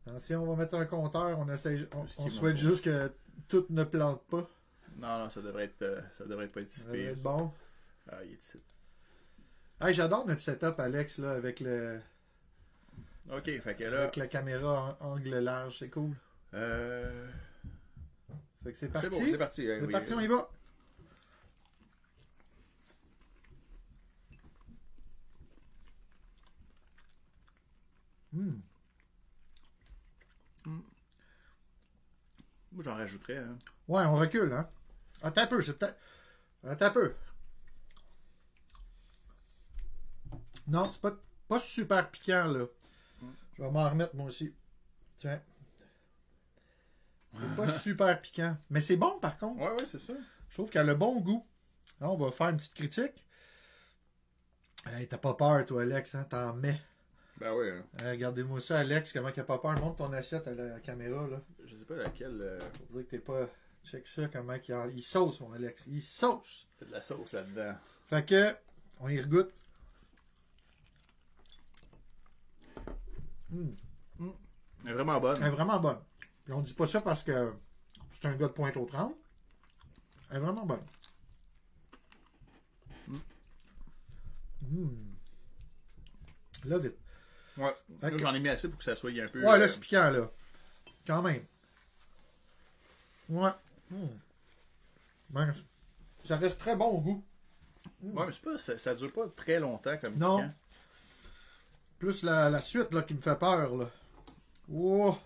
Attention, on va mettre un compteur. On, essaie, on,
Ce qui
on
est
souhaite
bon.
juste que tout ne plante pas.
Non, non, ça devrait être, euh, ça devrait être pas être si
Ça va
pire.
être bon.
Ah, il est ici.
Hey, J'adore notre setup, Alex, là, avec, le,
Ok, fait que là,
avec la caméra en- angle large. C'est cool.
euh,
Fait que c'est
c'est
parti.
bon, c'est parti. hein,
C'est
oui.
parti, on y va. Hmm.
Moi, j'en rajouterais. hein.
Ouais, on recule, hein. Attends un peu, c'est peut-être. Attends un peu. Non, c'est pas, pas super piquant, là. Je vais m'en remettre, moi aussi. Tiens. C'est pas super piquant. Mais c'est bon, par contre.
Ouais, ouais, c'est ça.
Je trouve qu'elle a le bon goût. Là, on va faire une petite critique. Hey, t'as pas peur, toi, Alex, hein? T'en mets.
Ben oui. hein.
Hey, Euh, Regardez-moi ça, Alex, comment qu'il a pas peur. Montre ton assiette à la caméra, là.
Je sais pas laquelle. euh,
Pour dire que t'es pas. Check ça, comment qu'il en- il sauce, mon Alex. Il sauce.
il y a de la sauce là-dedans.
Fait que, on y regoute.
Elle est vraiment bonne.
Elle est vraiment bonne. Puis on dit pas ça parce que c'est un gars de pointe aux 30. Elle est vraiment bonne. Mm. Love it.
Ouais. Là,
Ok.
J'en ai mis assez pour que ça soit un peu.
Ouais, là,
euh,
c'est piquant, là. Quand même. Ouais. Mm. Ben, ça reste très bon au goût.
ouais, mais c'est pas, ça, ça dure pas très longtemps comme
Non.
piquant.
Plus la, la suite, là, qui me fait peur, là. Oh,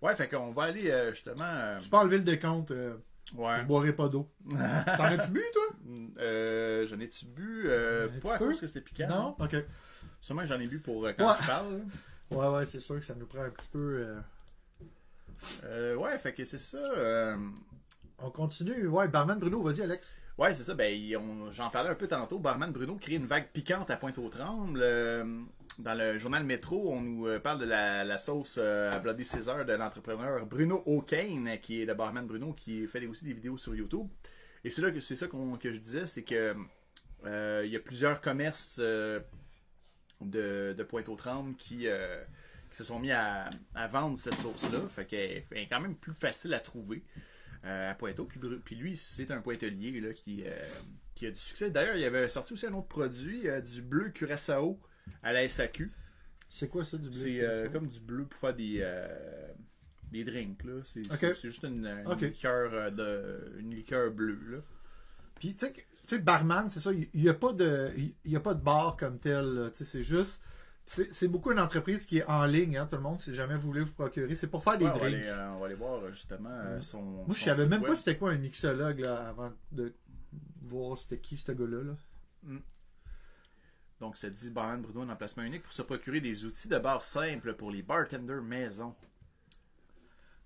Ouais, fait qu'on va aller euh, justement. euh,
tu peux enlever le décompte. euh,
ouais.
Je boirai pas d'eau. T'en as-tu bu, toi?
Mm, Euh, J'en ai-tu bu euh,
Un petit
Pas à
peu?
cause que c'était piquant.
Non? OK.
Sûrement que j'en ai bu pour euh, quand
Ouais.
je parle. là.
Ouais, ouais, c'est sûr que ça nous prend un petit peu. euh,
Euh, ouais, fait que c'est ça. euh,
On continue. Ouais, Barman Bruno, vas-y, Alex.
Ouais, c'est ça. Ben, ils ont- j'en parlais un peu tantôt. Barman Bruno crée une vague piquante à Pointe-aux-Trembles. Euh, dans le journal Métro, on nous euh, parle de la, la sauce euh, à Bloody Caesar de l'entrepreneur Bruno O'Kane, qui est le barman Bruno, qui fait aussi des vidéos sur YouTube. Et c'est là que c'est ça qu'on- que je disais, c'est que euh, il y a plusieurs commerces euh, de, de Pointe-aux-Trembles qui, euh, qui se sont mis à, à vendre cette sauce-là. Fait qu'elle elle est quand même plus facile à trouver euh, à Pointeau. Puis, Bru- puis lui, c'est un pointelier là, qui, euh, qui a du succès. D'ailleurs, il avait sorti aussi un autre produit, euh, du bleu curaçao à la SAQ.
C'est quoi ça du blé?
C'est euh, comme du bleu pour faire des, euh, des drinks. Là. C'est,
Ok.
c'est- c'est juste une, une
Ok.
liqueur, euh, de, une liqueur bleue. Là.
Puis, tu sais, que- tu sais, barman, c'est ça, il n'y a, pas de- il- il y a pas de bar comme tel. là. Tu sais, c'est juste. C'est c'est beaucoup une entreprise qui est en ligne, hein, tout le monde, si jamais vous voulez vous procurer. C'est pour faire des
Ouais, on, va
drinks. Mmh.
aller, euh, on va aller voir euh, justement euh, son.
Moi, je
son
savais
site
même
web.
pas c'était quoi un mixologue là, avant de voir c'était qui ce gars-là. là.
Donc, ça dit Barman Bruno en emplacement unique pour se procurer des outils de bar simples pour les bartenders maison.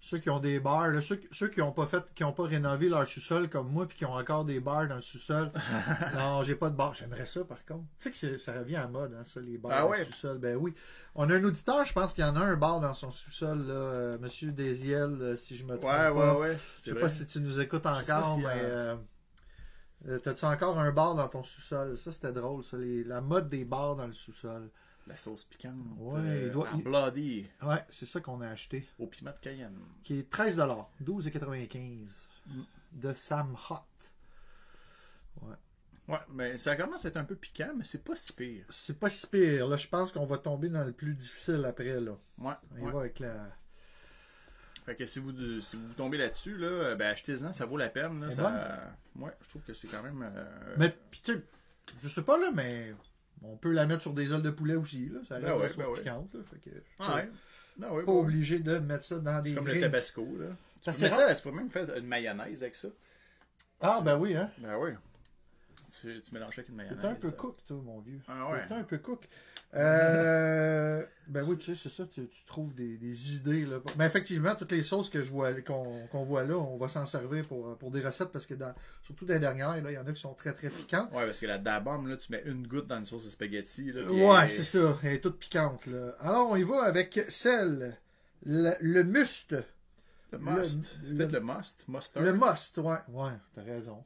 Ceux qui ont des bars, là, ceux, ceux qui n'ont pas fait, qui ont pas rénové leur sous-sol comme moi, puis qui ont encore des bars dans le sous-sol. non, j'ai pas de bar. J'aimerais ça par contre. Tu sais que c'est- ça revient à mode, hein, ça, les bars
Ah
dans
ouais.
le sous-sol. Ben oui. On a un auditeur, je pense qu'il y en a un bar dans son sous-sol, là, euh, Monsieur Désiel, euh, si je me trompe.
Ouais, ouais,
pas.
ouais.
Je sais pas si tu nous écoutes
Je sais pas
encore,
si,
mais euh, euh, t'as-tu encore un bar dans ton sous-sol? Ça, c'était drôle, ça, les- la mode des bars dans le sous-sol.
La sauce piquante.
Ouais,
euh,
il doit-
en
il-
bloody.
Ouais, c'est ça qu'on a acheté.
Au piment de Cayenne.
Qui est 13 12,95
Mm.
de Sam Hot.
Ouais, mais ça commence à être un peu piquant, mais c'est pas si pire.
C'est pas si pire. Là, je pense qu'on va tomber dans le plus difficile après. Là.
Ouais,
On y
ouais.
va avec la.
Fait que si vous, si vous tombez là-dessus, là, ben achetez-en, ça vaut la peine. Là,
Elle est
ça... Ouais, je trouve que c'est quand même. euh,
Mais, pis tu sais, je sais pas, là, mais on peut la mettre sur des ailes de poulet aussi. Là. Ça reste
Ben
de la
ouais,
sauce
ben ouais.
piquante. là. Fait que,
Ah ouais. Non, oui,
Pas
oui.
obligé de mettre ça dans
C'est
des.
comme le
graines.
tabasco, là. Tu
Ça,
peux,
c'est
mettre ça, tu peux même faire une mayonnaise avec ça.
Ah, ben oui, hein.
Ben oui. Tu, tu mélanges ça avec une mayonnaise.
T'es un peu
euh.
cook, toi, mon vieux.
Ah ouais.
T'es un peu cook. Euh, ben oui, tu sais, c'est ça, tu, tu trouves des, des idées. Là. Mais effectivement, toutes les sauces que je vois, qu'on, qu'on voit là, on va s'en servir pour, pour des recettes parce que dans, surtout dans les dernières, là, il y en a qui sont très très piquantes.
Ouais, parce que la dabam, là, tu mets une goutte dans une sauce de spaghetti. Là, puis
Ouais,
elle-
c'est ça. Elle est toute piquante. Là. Alors, on y va avec celle, le, le must.
Le must.
Le-
C'est peut-être le must. Mustard.
Le must, ouais. Ouais, t'as raison.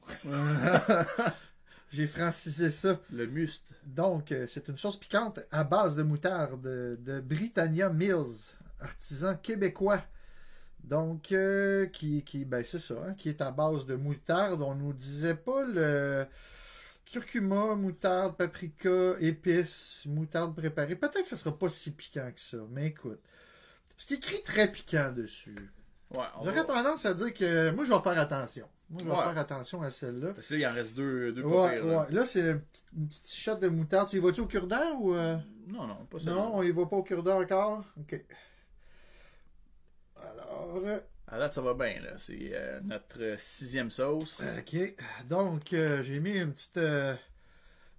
J'ai francisé ça.
le must.
Donc, euh, c'est une sauce piquante à base de moutarde de, de Britannia Mills, artisan québécois. Donc, euh, qui, qui, ben c'est ça, hein, qui est à base de moutarde. On nous disait pas le curcuma, moutarde, paprika, épices, moutarde préparée. Peut-être que ce sera pas si piquant que ça, mais écoute. C'est écrit très piquant dessus.
Ah, Ouais, on va-
J'aurais tendance à dire que moi, je vais faire attention. Moi, je vais
Ouais.
faire attention à celle-là.
Parce que là, il en reste deux, deux pas
Ouais,
pires, là.
ouais. Là, c'est une petite- une petite shot de moutarde. Tu y vas-tu au cure-dent ou. euh?
Non, non, pas ça.
Non, on y va pas au cure-dent encore. Ok. Alors. euh,
À date, ça va bien, Ah, là. C'est euh, notre euh, sixième sauce.
Ok. Donc, euh, j'ai mis une petite, euh,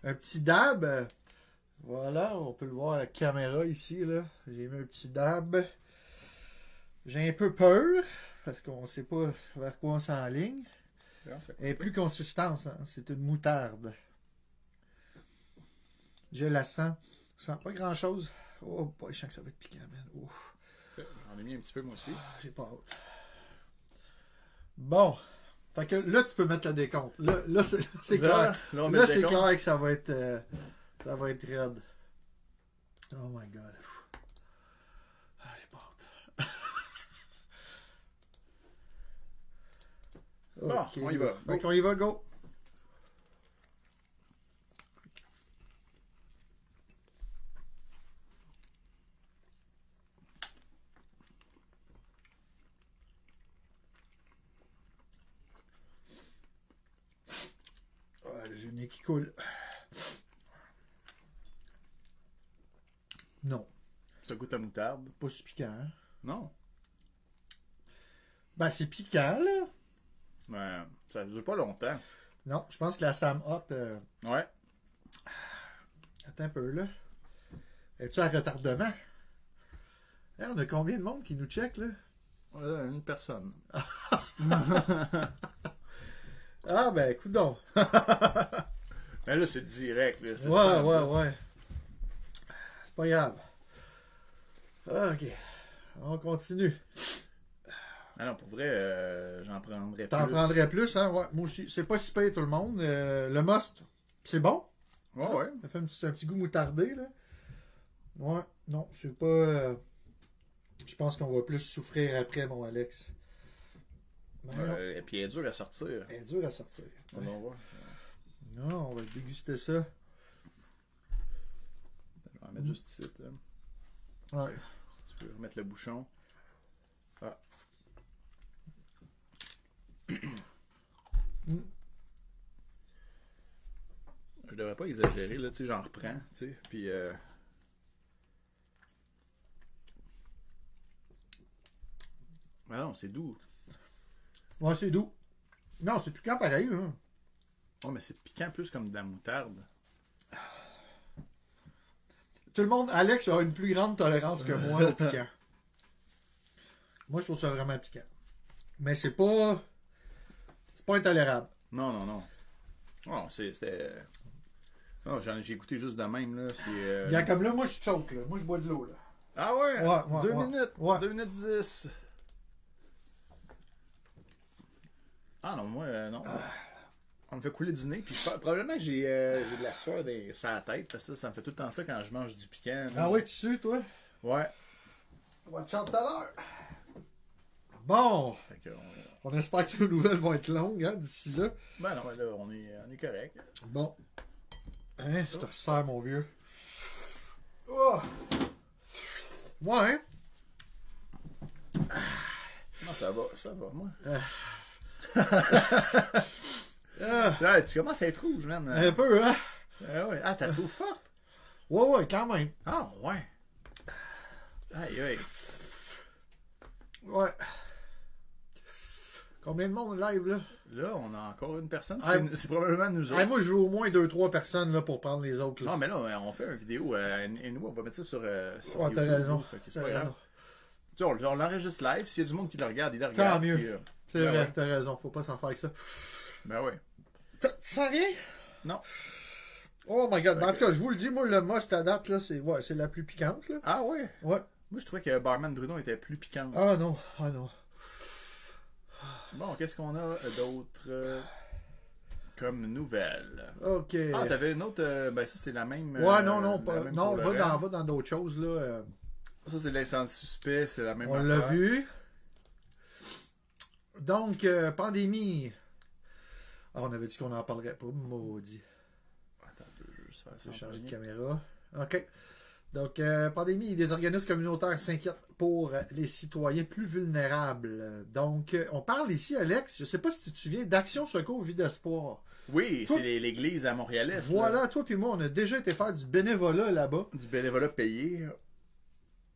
un petit dab. Voilà, on peut le voir à la caméra ici. là. J'ai mis un petit dab. J'ai un peu peur parce qu'on sait pas vers quoi on s'enligne.
Ah,
Et plus consistance, hein, c'est une moutarde. Je la sens. Je sens pas grand chose. Oh boy, je sens que ça va être piquant, man. Ouf,
J'en ai mis un petit peu, moi aussi.
ah, j'ai pas hâte. Bon. Fait que là, tu peux mettre le décompte. Là, là, c'est c'est
Là,
clair.
là, on met
Là,
le
c'est
décompte.
clair que ça va être. euh, ça va être raide. Oh my god. Ah, j'ai pas hâte.
Bon,
Ok,
on y va.
Fait qu'on y va, go. Ah, J'ai le nez qui coule. Non,
Ça goûte à moutarde.
pas si piquant. hein.
Non.
Ben, c'est piquant, là.
Mais Ben, ça dure pas longtemps.
Non, je pense que la Sam Hot. euh,
Ouais.
Attends un peu, là. Es-tu à retardement? Hey, on a combien de monde qui nous check, là?
Voilà, une personne.
Ah, ben, écoute donc.
Mais Ben, là, c'est direct. Là, c'est
Ouais,
pas-
ouais, ouais. C'est pas grave. OK. On continue.
Ah non, pour vrai, euh, j'en prendrais
T'en
plus.
prendrais plus, hein? Ouais, moi aussi. C'est pas si payé tout le monde. Euh, le must, c'est bon.
Ouais, ouais.
Ça fait un petit, un petit goût moutardé, là. Ouais, non, c'est pas. euh, Je pense qu'on va plus souffrir après, mon Alex. Mais non,
Euh, et puis elle est dure à sortir.
elle est dure à sortir.
On va voir.
Non, on va déguster ça.
Je vais en mettre
Mm.
juste ici. là.
Ouais.
Si tu veux remettre le bouchon. Ah. Je devrais pas exagérer, là, tu sais, j'en reprends, tu sais, puis... euh, Ah non, c'est doux.
Ouais, c'est doux. Non, c'est tout le temps pareil, hein.
Oh, mais c'est piquant plus comme de la moutarde.
Tout le monde, Alex a une plus grande tolérance que moi au piquant. Moi, je trouve ça vraiment piquant. Mais c'est pas. C'est pas intolérable.
Non, non, non. Non, c'est- c'était... Non, j'en- j'ai goûté juste de même, là, c'est... euh,
Bien comme là, moi, je choke, là. Moi, je bois de l'eau, là.
Ah ouais?
Ouais, ouais,
deux
ouais.
minutes.
Ouais.
Deux minutes dix. Ah non, moi, euh, non. On me fait couler du nez, puis je par- probablement que j'ai euh, j'ai de la sueur des... sur la tête, parce que ça, ça me fait tout le temps ça quand je mange du piquant. là.
Ah ouais, tu sais, toi?
Ouais.
On va te chanter tout à l'heure. Bon,
Fait que, on-
on espère que nos nouvelles vont être longues hein, d'ici là.
Ben non, là, on est, on est correct.
Bon. Hein, je te resserre, mon vieux. Oh! Ouais, hein?
Non, ça va, ça va, moi.
Euh,
Là, Ah, tu commences à être rouge, man.
un peu, hein?
Ah ouais. Ah, t'as trop forte.
Ouais, ouais, quand même.
Ah ouais. Aïe, aïe.
Ouais. Combien de monde live, là?
Là, on a encore une personne.
Ah.
C'est- C'est probablement nous autres.
Hey, moi, je veux au moins 2-3 personnes là, pour prendre les autres. Là.
Non, mais là, on fait une vidéo euh, et nous, on va mettre ça sur, euh, sur
Ouais, t'as
YouTube,
raison.
fait que c'est
T'as
pas grave.
raison.
Tu sais, on, on l'enregistre live. S'il y a du monde qui le regarde, il le
Tant
regarde.
mieux.
puis, euh,
C'est
Ben
vrai,
ouais.
t'as raison. Faut pas s'en faire avec ça.
ben ouais.
Tu sens rien?
Non.
Oh my god.
Fait
Ben, en
que-
tout cas, je vous le dis, moi, le must à date, là, c'est ouais, c'est la plus piquante. Là.
Ah ouais?
Ouais.
Moi, je trouvais que Barman Bruno était plus piquant.
Ah non, ah non.
Bon, qu'est-ce qu'on a euh, d'autre euh, comme nouvelle?
Ok.
Ah, t'avais une autre. euh, ben, ça, c'était la même. euh,
ouais, non, non,
la
pas-
même
non,
pour le
va
reste.
dans, va dans d'autres choses, là. euh,
Ça, c'est l'incendie suspect. C'était la même.
on l'a
affaire.
vu. Donc, euh, pandémie. Ah, on avait dit qu'on n'en parlerait pas, maudit.
Attends, je vais juste faire ça.
C'est
en
changé de
premier.
caméra. OK. Donc, euh, pandémie, des organismes communautaires s'inquiètent pour euh, les citoyens plus vulnérables. Donc, euh, on parle ici, Alex, je sais pas si tu te souviens, d'Action Secours Vie d'Espoir.
Oui,
Toi-
c'est les- l'église à Montréal-Est. là.
Voilà, toi puis moi, on a déjà été faire du bénévolat là-bas.
Du bénévolat payé.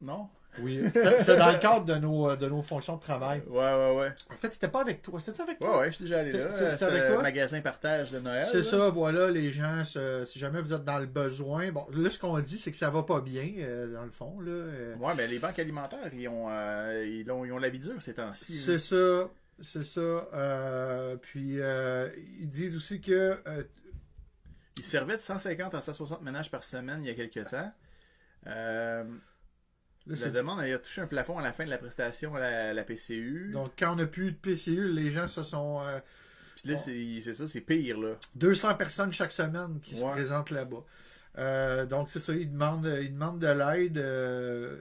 Non?
Oui, c'est c'est dans le cadre de nos, euh, de nos fonctions de travail.
Ouais, ouais, ouais.
En fait, c'était pas avec toi, c'était avec
Ouais,
toi.
ouais, je suis déjà allé là.
C'est- c'est
C'était
avec
le
quoi?
magasin partage de Noël.
C'est
là.
ça, voilà, les gens, se- si jamais vous êtes dans le besoin, bon, là, ce qu'on dit, c'est que ça va pas bien, euh, dans le fond, là. euh,
Ouais, mais les banques alimentaires, ils ont, euh, ils ont, ils ont la vie dure ces temps-ci.
C'est ça, c'est ça. Euh, puis euh, ils disent aussi que euh,
Ils servaient de 150 à 160 ménages par semaine il y a quelques temps. Euh,
là,
la
c'est-
demande elle a touché un plafond à la fin de la prestation à la, la PCU.
donc quand on n'a plus de PCU, les gens se sont euh,
Puis là, c'est c'est ça, c'est pire, là.
200 personnes chaque semaine qui se
Ouais.
présentent là-bas. Euh, donc c'est ça, ils demandent, ils demandent de l'aide. euh,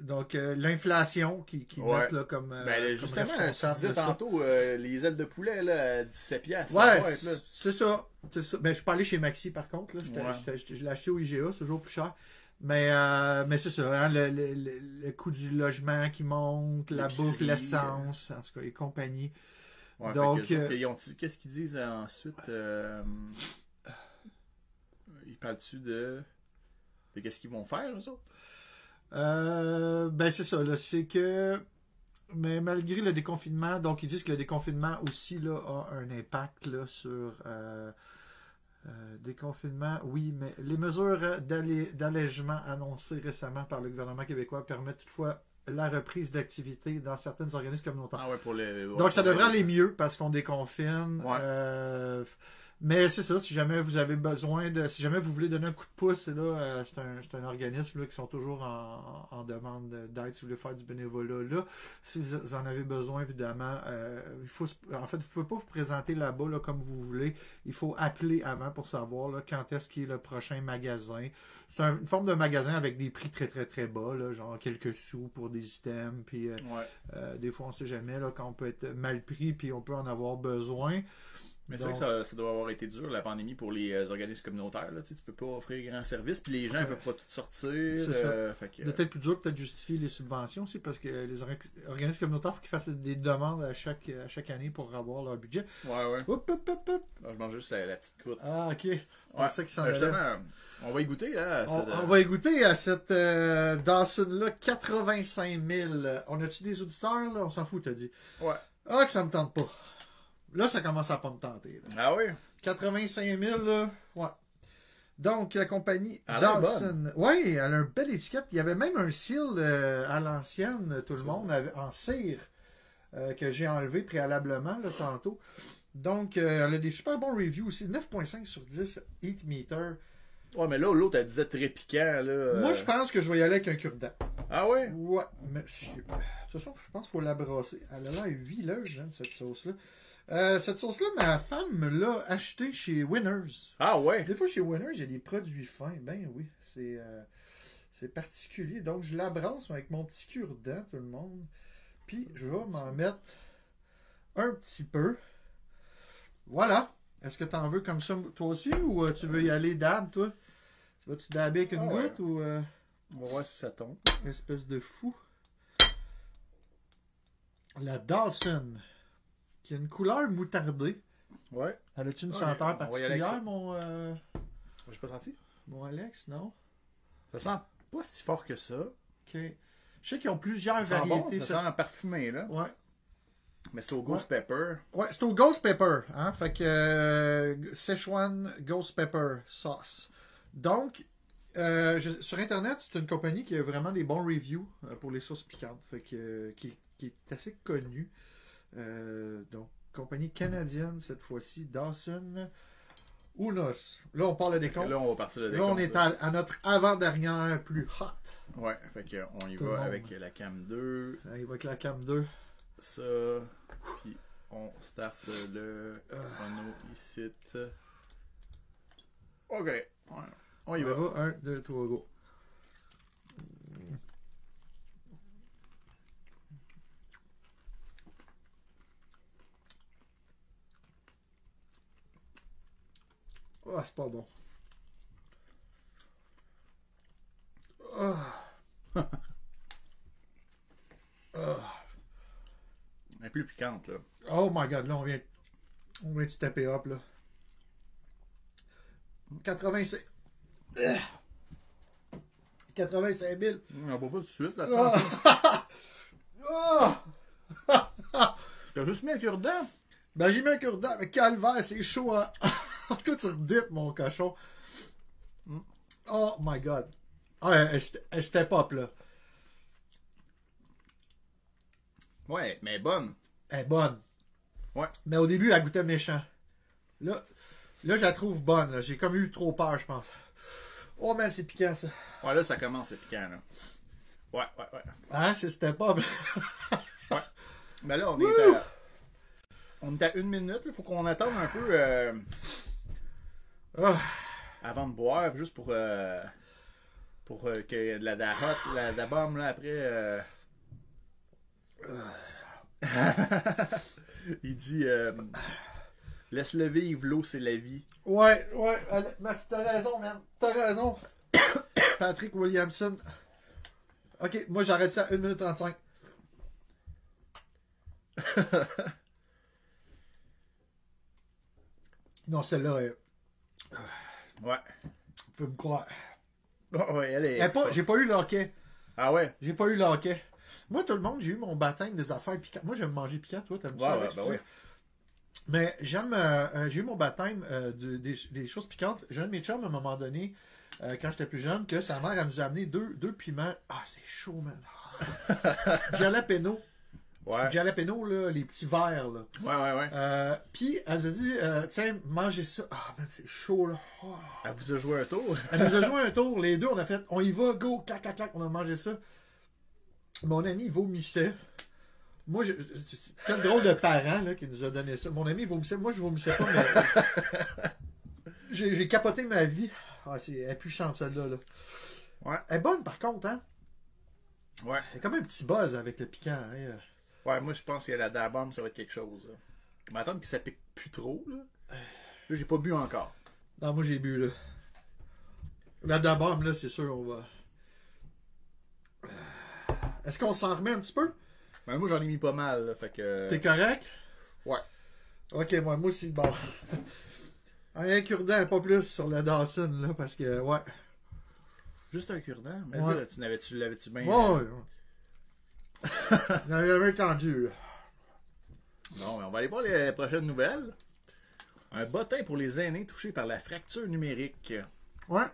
donc euh, l'inflation qui, qui
Ouais.
mettent là comme, euh,
ben,
comme
justement, tu
responsable
disais
de ça.
tantôt, euh, les ailes de poulet, là, à 17 piastres. ça va
Ouais,
être, là.
c'est c'est ça. C'est ça. Ben, je suis pas allé chez Maxi, par contre. Là. J'étais-
Ouais.
j'étais- j'étais- je l'ai acheté au IGA, c'est toujours plus cher. Mais, euh, mais c'est ça, hein, le, le- le- le coût du logement qui monte, la
L'épicerie,
bouffe, l'essence, en tout cas, et compagnie.
Ouais, fait
Donc,
que les autres,
euh,
ils ont- Qu'est-ce qu'ils disent euh, ensuite euh, Ils parlent-tu de. de qu'est-ce qu'ils vont faire, eux autres
Euh, ben c'est ça, là, c'est que mais malgré le déconfinement, donc ils disent que le déconfinement aussi là, a un impact là, sur euh, Euh, déconfinement, oui, mais les mesures d'allé- d'allègement annoncées récemment par le gouvernement québécois permettent toutefois la reprise d'activité dans certains organismes communautaires.
Ah ouais, pour les.
Donc, ça devrait aller mieux parce qu'on déconfine.
Ouais.
Euh, mais c'est ça, si jamais vous avez besoin de. Si jamais vous voulez donner un coup de pouce, c'est là, euh, c'est un, c'est un organisme là, qui sont toujours en, en demande d'aide si vous voulez faire du bénévolat. Là, si vous en avez besoin, évidemment, euh, il faut. se- En fait, vous pouvez pas vous présenter là-bas là, comme vous voulez. Il faut appeler avant pour savoir là, quand est-ce qu'il est le prochain magasin. C'est un- une forme de magasin avec des prix très très très bas, là, genre quelques sous pour des items, puis euh,
Ouais.
euh, des fois, on sait jamais là, quand on peut être mal pris puis on peut en avoir besoin.
Mais c'est vrai
Donc-
que ça, ça doit avoir été dur, la pandémie, pour les euh, organismes communautaires. Là, tu sais, tu peux pas offrir grand service, puis les gens ils peuvent pas tout sortir.
C'est ça.
euh, fait que, euh,
Peut-être plus dur, peut-être justifier les subventions aussi parce que les orga- organismes communautaires, faut qu'ils fassent des demandes à chaque, à chaque année pour avoir leur budget.
ouais, ouais.
Hop, hop, hop, hop.
Ah, je mange juste la, la petite croûte.
Ah, ok. Je
Ouais.
pensais que ça en
Euh,
allait.
justement, euh, on va y goûter, là. à
On,
cette, euh,
on va y goûter à cette euh, Dawson-là, 85 000. On a-tu des auditeurs, là? On s'en fout, t'as dit.
Ouais.
Ah, que ça me tente pas. Là, ça commence à pas me tenter. là.
Ah oui?
85 000, là. Ouais. Donc, la compagnie
Elle a l'air
Dawson. Oui, elle a une belle étiquette. Il y avait même un seal euh, à l'ancienne, tout le monde, avait- en cire, euh, que j'ai enlevé préalablement, là, tantôt. Donc, euh, elle a des super bons reviews aussi. 9.5 sur 10, Eat Meter.
Ouais, mais là, l'autre, elle disait très piquant, là. euh.
Moi, je pense que je vais y aller avec un cure-dent.
Ah ouais?
Ouais, monsieur. De toute façon, je pense qu'il faut la brasser. Elle a l'air huileuse, hein, cette sauce-là. Euh, cette sauce-là, ma femme me l'a achetée chez Winners.
Ah ouais?
Des fois, chez Winners, il y a des produits fins. Ben oui, c'est euh, c'est particulier. Donc, je la brasse avec mon petit cure-dent, tout le monde. Puis, je vais m'en mettre un petit peu. Voilà. Est-ce que t'en veux comme ça, toi aussi, ou euh, tu veux y aller dab, toi? Tu vas-tu dabber avec une
Ah ouais.
goutte ou euh,
On va voir si ça tombe.
espèce de fou? La Dawson, qui a une couleur moutardée.
Ouais.
Elle a-tu une
Ouais,
senteur
on va y aller avec ça.
particulière, mon, euh,
J'ai pas senti.
mon Alex, non?
Ça sent pas si fort que ça.
Ok. Je sais qu'ils ont plusieurs
Ça sent bon,
variétés.
ça
ça-
sent parfumé, là.
Ouais,
Mais c'est au ghost pepper.
ouais c'est au Ghost Pepper. Hein? Fait que euh, Szechuan Ghost Pepper Sauce. Donc, euh, je- sur Internet, c'est une compagnie qui a vraiment des bons reviews euh, pour les sauces piquantes. Fait que, euh, qui, qui est assez connue. Euh, donc, compagnie canadienne cette fois-ci, Dawson Unos. Là, on parle des
Fait que
comptes.
Là, on va partir de
Là, on est à, à notre avant-dernière plus hot.
Ouais, fait que, euh, on y
Tout le
va
monde.
avec la cam 2.
Là, Hein, il va avec la cam 2.
ça, puis on start le chrono ici. Ok, on- on y va.
1, 2, 3, go. Ah, c'est pas bon. Ah. Ah.
Elle est plus piquante, là.
Oh my god, là on vient, on vient de se taper up là. 85. Ugh. 85 000.
Mm, On va pas tout de suite, là.
Ah. Ah.
T'as juste mis un cure-dent?
Ben, j'ai mis un cure-dent, mais calvaire, c'est chaud. Hein? Tout sur dip, mon cochon. Mm. Oh my god. Ah, elle, elle st- elle step up, là.
Ouais, mais bonne.
Elle est bonne.
Ouais.
Mais au début, elle goûtait méchant. Là, là je la trouve bonne. là. J'ai comme eu trop peur, je pense. Oh man, c'est piquant, ça.
Ouais, là, ça commence, le piquant, là. Ouais, ouais, ouais.
Hein, c'est step up.
Ben là, on est à... On est à une minute, il faut qu'on attende un peu euh,
Ah.
avant de boire, juste pour euh, pour euh, qu'il y ait de la, de la hot, la, de la bombe là après. euh. Il dit euh, Laisse-le vivre, l'eau c'est la vie.
Ouais, ouais, allez, mais t'as raison, man. T'as raison. Patrick Williamson. Ok, moi j'arrête ça à 1 minute 35. non, celle-là, euh,
Ouais.
vous pouvez me croire.
Ah ouais, elle est-
Eh, pas- j'ai pas eu le hockey.
Ah ouais.
J'ai pas eu le hockey. Moi, tout le monde, j'ai eu mon baptême des affaires piquantes. Moi, j'aime manger piquant, toi, t'aimes
Ouais,
ça?
ouais,
Alex,
ben
tu
oui.
sais? Mais j'aime, euh, euh, j'ai eu mon baptême euh, du- des, des choses piquantes. J'ai un de mes chums à un moment donné, euh, quand j'étais plus jeune, que sa mère, elle nous a amené deux, deux piments. Ah, c'est chaud, man. Ah. Jalapeno.
Ouais,
Jalapeno, là, les petits verres, là.
ouais, ouais. ouais.
Euh, Puis elle nous a dit, euh, tiens, mangez ça. Ah, man, c'est chaud, là. Ah.
Elle vous a joué un tour.
Elle nous a joué un tour, les deux, on a fait, on y va, go, clac, clac, clac, on a mangé ça. Mon ami vomissait. Moi, je, je- quel drôle de parent là, qui nous a donné ça. Mon ami vomissait, moi je vomissais pas, mais j'ai j'ai capoté ma vie. Ah, c'est impuissante celle-là. Là.
Ouais.
Elle est bonne par contre, hein.
Ouais.
Elle est comme un petit buzz avec le piquant. hein.
Ouais, moi je pense que la dabam, ça va être quelque chose. là. Je m'attends que ça pique plus trop. Là, là j'ai pas bu encore.
Non, moi j'ai bu là. La dabam là, c'est sûr, on va. Est-ce qu'on s'en remet un petit peu?
Mais moi j'en ai mis pas mal, là, fait que.
T'es correct?
Ouais.
Ok, moi, moi aussi, bon. Un cure-dent, pas plus sur la Dawson, là, parce que, ouais.
Juste un cure-dent, mais
Ouais.
là, tu l'avais-tu l'avais-tu bien. euh?
Ouais, ouais. J'en avais jamais entendu, là.
Non, mais on va aller voir les prochaines nouvelles. Un bottin pour les aînés touchés par la fracture numérique.
Ouais.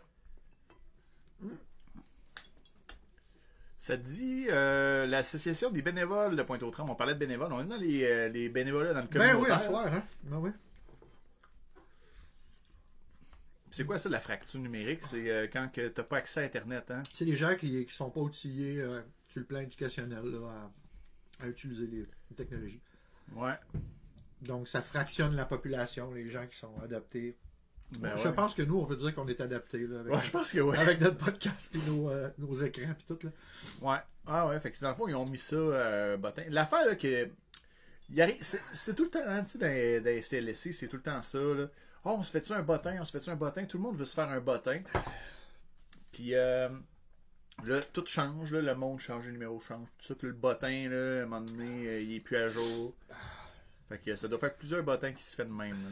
Ça te dit euh, l'association des bénévoles de Pointe-aux-Trembles. On parlait de bénévoles. On est dans les, euh, les bénévoles dans le
Ben
communautaire.
oui, à soir, hein. Ben oui.
C'est quoi ça, la fracture numérique? C'est euh, quand que t'as pas accès à Internet, hein?
C'est les gens qui, qui sont pas outillés euh, sur le plan éducationnel, là, à, à utiliser les, les technologies.
Ouais.
Donc, ça fractionne la population, les gens qui sont adaptés.
Ben
Je
ouais.
pense que nous, on peut dire qu'on est adaptés, là, avec,
Ouais, je pense que oui.
avec notre podcast, puis nos, euh, nos écrans, puis tout, là.
Ouais. Ah ouais, fait que c'est dans le fond, ils ont mis ça euh, bottin. L'affaire là que. il arrive- C'est c'est tout le temps, hein, tu sais, dans, les- dans les CLSC, c'est tout le temps ça, là. Oh, on se fait-tu un bottin, on se fait-tu un bottin, tout le monde veut se faire un bottin. Puis euh, là, tout change, là, le monde change, les numéros changent, tout ça, puis le bottin, là, à un moment donné, euh, il est plus à jour. Fait que ça doit faire plusieurs bottins qui se fait de même. là.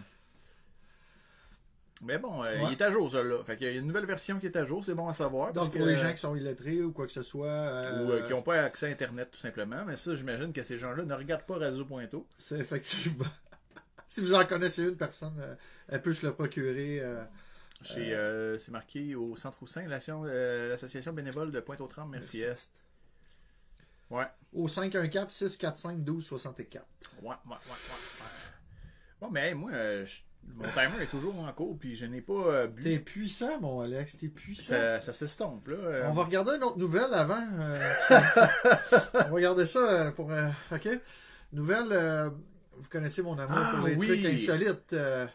Mais bon, euh,
Ouais.
il est à jour, ça, là. Fait qu'il y a une nouvelle version qui est à jour, c'est bon à savoir. parce
Donc, pour Ah, les
que-
gens qui sont illettrés ou quoi que ce soit. euh,
euh, ou euh, qui n'ont pas accès à Internet, tout simplement. Mais ça, j'imagine que ces gens-là ne regardent pas Radio Pointo.
C'est effectivement. si vous en connaissez une personne, euh, elle peut se le procurer. euh,
Chez, euh, c'est marqué au Centre Houssin, l'association euh, l'association bénévole de Pointe-aux-Trembles, merci Est. Ouais,
au 514-645-1264.
ouais, ouais, ouais, ouais. ouais. Bon, mais hey, moi, euh, je- mon timer est toujours en cours, puis je n'ai pas euh, bu.
T'es puissant, mon Alex, t'es puissant.
Ça, ça s'estompe, là. euh,
On va regarder une autre nouvelle avant. euh, on va regarder ça euh, pour. euh, OK? Nouvelle. euh, vous connaissez mon amour
Ah,
pour les
oui.
trucs insolites. euh,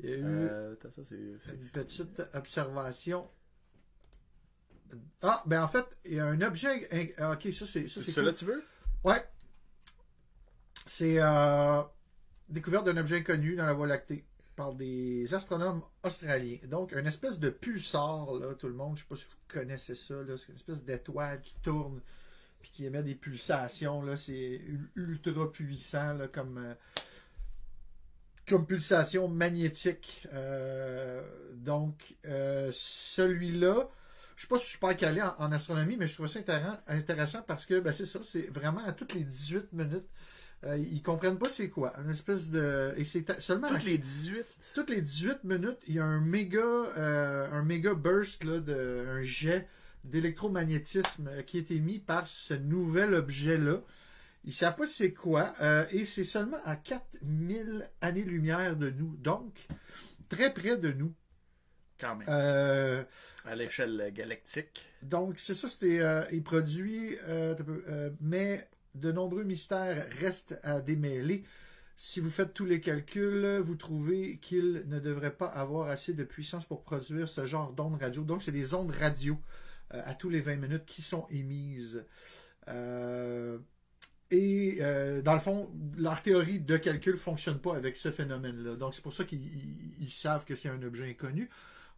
il y a eu
euh, attends, ça, c'est... c'est-
une petite observation. Ah, ben en fait, il y a un objet. ah, OK, ça c'est. ça, c'est
Celui-là,
cool.
tu veux?
Ouais. C'est euh, découverte d'un objet inconnu dans la Voie lactée par des astronomes australiens. Donc, une espèce de pulsar, là, tout le monde, je sais pas si vous connaissez ça, là, c'est une espèce d'étoile qui tourne puis qui émet des pulsations, là, c'est u- ultra puissant, là, comme, euh, comme pulsation magnétique. Euh, donc, euh, celui-là, je suis pas super calé en, en astronomie, mais je trouve ça intéressant, intéressant parce que ben, c'est ça, c'est vraiment à toutes les 18 minutes. euh, ils comprennent pas c'est quoi. Une espèce de. Et c'est ta- seulement à-
Toutes les 18.
toutes les 18 minutes, il y a un méga, euh, un méga burst, là, de, un jet d'électromagnétisme euh, qui est émis par ce nouvel objet-là. Ils savent pas c'est quoi, euh, et c'est seulement à 4000 années-lumière de nous, donc très près de nous.
Quand même.
Euh,
À l'échelle euh, galactique.
donc, c'est ça, c'était. euh, il produit. euh, t'as peu, euh, mais de nombreux mystères restent à démêler. Si vous faites tous les calculs, vous trouvez qu'il ne devrait pas avoir assez de puissance pour produire ce genre d'ondes radio. Donc, c'est des ondes radio euh, à tous les 20 minutes qui sont émises. Euh, et euh, dans le fond, leur théorie de calcul fonctionne pas avec ce phénomène-là. Donc, c'est pour ça qu'ils ils- ils savent que c'est un objet inconnu.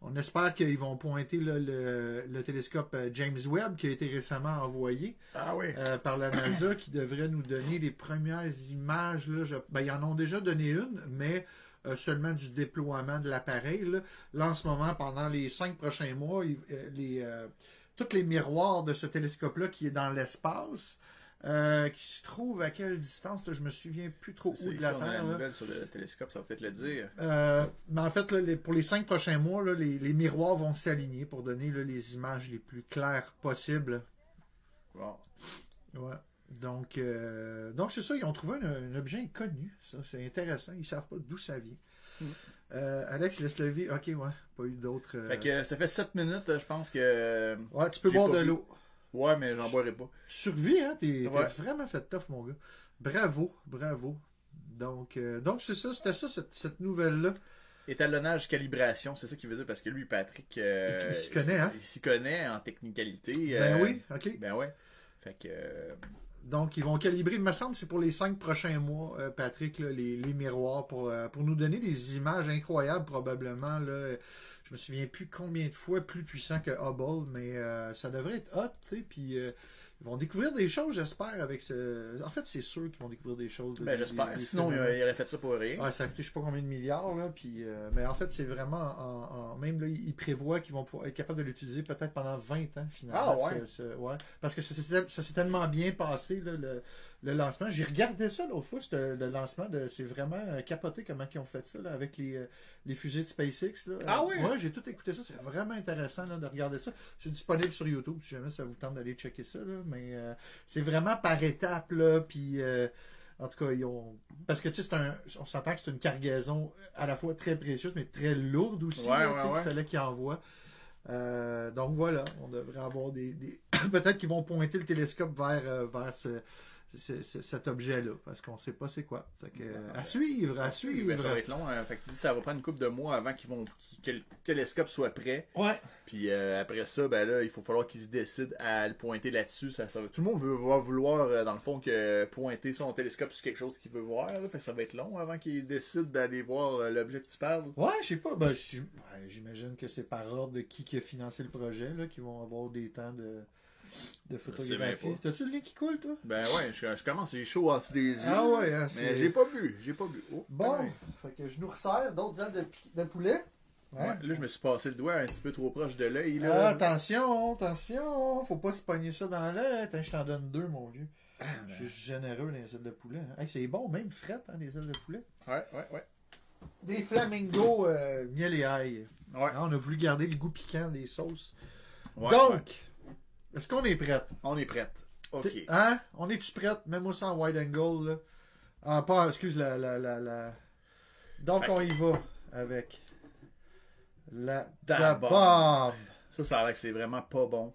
On espère qu'ils vont pointer là, le, le télescope euh, James Webb qui a été récemment envoyé
Ah oui.
euh, par la NASA qui devrait nous donner les premières images. Là, je- ben, ils en ont déjà donné une, mais euh, seulement du déploiement de l'appareil. Là. Là, en ce moment, pendant les cinq prochains mois, il- euh, les, euh, tous les miroirs de ce télescope-là qui est dans l'espace euh, qui se trouve à quelle distance, là, je me souviens plus trop où
C'est
de
ici,
la
on a la
Terre. là.
nouvelle sur le télescope, ça va peut-être le dire.
Euh, mais en fait, là, les- pour les cinq prochains mois, là, les, les miroirs vont s'aligner pour donner là, les images les plus claires possibles.
Bon.
Ouais. Donc, euh, donc c'est ça, ils ont trouvé un, un objet inconnu. Ça, c'est intéressant. Ils savent pas d'où ça vient.
Mm.
Euh, Alex, laisse le vie. Ok, ouais. Pas eu d'autres. euh,
Fait que ça fait 7 minutes, je pense que.
Ouais, tu peux
j'ai
boire
pas
de
bu.
l'eau.
Ouais, mais j'en boirai pas.
Tu survis, hein? T'es t'es
Ouais.
vraiment fait tough, mon gars. Bravo, bravo. Donc, euh, donc c'est ça, c'était ça, cette, cette nouvelle-là.
Étalonnage, calibration, c'est ça qu'il veut dire parce que lui, Patrick. euh,
Il s'y connaît, hein?
Il s'y connaît en technicalité.
Ben
euh,
oui, ok.
Ben ouais. Fait que. euh,
Donc, ils vont calibrer, il me semble, c'est pour les cinq prochains mois, euh, Patrick, là, les, les miroirs, pour, euh, pour nous donner des images incroyables, probablement. Là. Je me souviens plus combien de fois plus puissant que Hubble, mais euh, ça devrait être hot, tu sais. Puis, euh, ils vont découvrir des choses, j'espère, avec ce. En fait, c'est sûr qu'ils vont découvrir des choses.
ben
des-
j'espère.
des- des
Sinon, il,
phénomènes.
il aurait fait ça pour rien.
Ouais, ça a coûté je sais pas combien de milliards, là, puis, euh, mais en fait, c'est vraiment, en, en- même là, ils prévoient qu'ils vont pouvoir être capables de l'utiliser peut-être pendant 20 ans, finalement.
Ah, ouais.
ce- ce- ouais. Parce que ça, s'est- ça s'est tellement bien passé, là, le, le lancement. J'ai regardé ça l'autre fois, c'était euh, le lancement, de, c'est vraiment euh, capoté comment ils ont fait ça, là, avec les, euh, les fusées de SpaceX. Là.
Ah
Euh,
ouais?
Ouais, j'ai tout écouté ça, c'est vraiment intéressant là, de regarder ça. C'est disponible sur YouTube, si jamais ça vous tente d'aller checker ça, là, mais euh, c'est vraiment par étapes, là, puis... euh, en tout cas, ils ont. Parce que tu sais, c'est un... on s'entend que c'est une cargaison à la fois très précieuse, mais très lourde aussi.
Ouais,
là,
ouais,
tu sais,
ouais.
Il fallait qu'ils envoient. Euh, donc voilà, on devrait avoir des. des- Peut-être qu'ils vont pointer le télescope vers, euh, vers ce- ce- ce- cet objet-là, parce qu'on ne sait pas c'est quoi. Fait que, euh, à suivre, à suivre.
Ben, ça va être long. hein. Fait que tu dis, ça va prendre une couple de mois avant qu'ils vont qu'ils- que le télescope soit prêt.
Ouais,
Puis euh, après ça, ben là, il faut falloir qu'ils se décident à le pointer là-dessus. Ça, ça va- Tout le monde veut va vouloir, euh, dans le fond, que pointer son télescope sur quelque chose qu'il veut voir. là. Fait que ça va être long avant qu'ils décident d'aller voir euh, l'objet que tu parles.
Ouais, je sais pas. Ben, j'im- ouais, J'imagine que c'est par ordre de qui, qui a financé le projet, là, qui vont avoir des temps de, de
bien
photographie.
pas.
T'as-tu le lien qui coule, toi?
Ben ouais, je, je commence, j'ai chaud en dessous des yeux.
Ah ouais, hein,
Mais
c'est-
j'ai pas bu, j'ai pas bu. Oh,
Bon,
ouais.
fait que je nous resserre d'autres ailes de, pi- de poulet.
Ouais,
Hein?
Là, je me suis passé le doigt un petit peu trop proche de l'œil.
Ah,
Là.
attention, attention, faut pas se pogner ça dans l'œil. Attends, Je t'en donne deux, mon vieux.
Ah,
Je suis généreux dans les ailes de poulet. hein. Hey, c'est bon, même fret, hein, les ailes de poulet.
ouais, ouais, ouais.
Des flamingos euh, miel et ail.
Ouais,
Hein, on a voulu garder le goût piquant des sauces.
ouais,
Donc,
ouais.
est-ce qu'on est prête?
on est prête. Ok.
T'es- Hein? On est-tu prête? Même moi sans wide angle, là. Ah, pas, excuse, la, la, la, la- Donc,
Fait-
on y va avec la
Da
da
bombe.
bombe.
Ça, ça a l'air que c'est vraiment pas bon.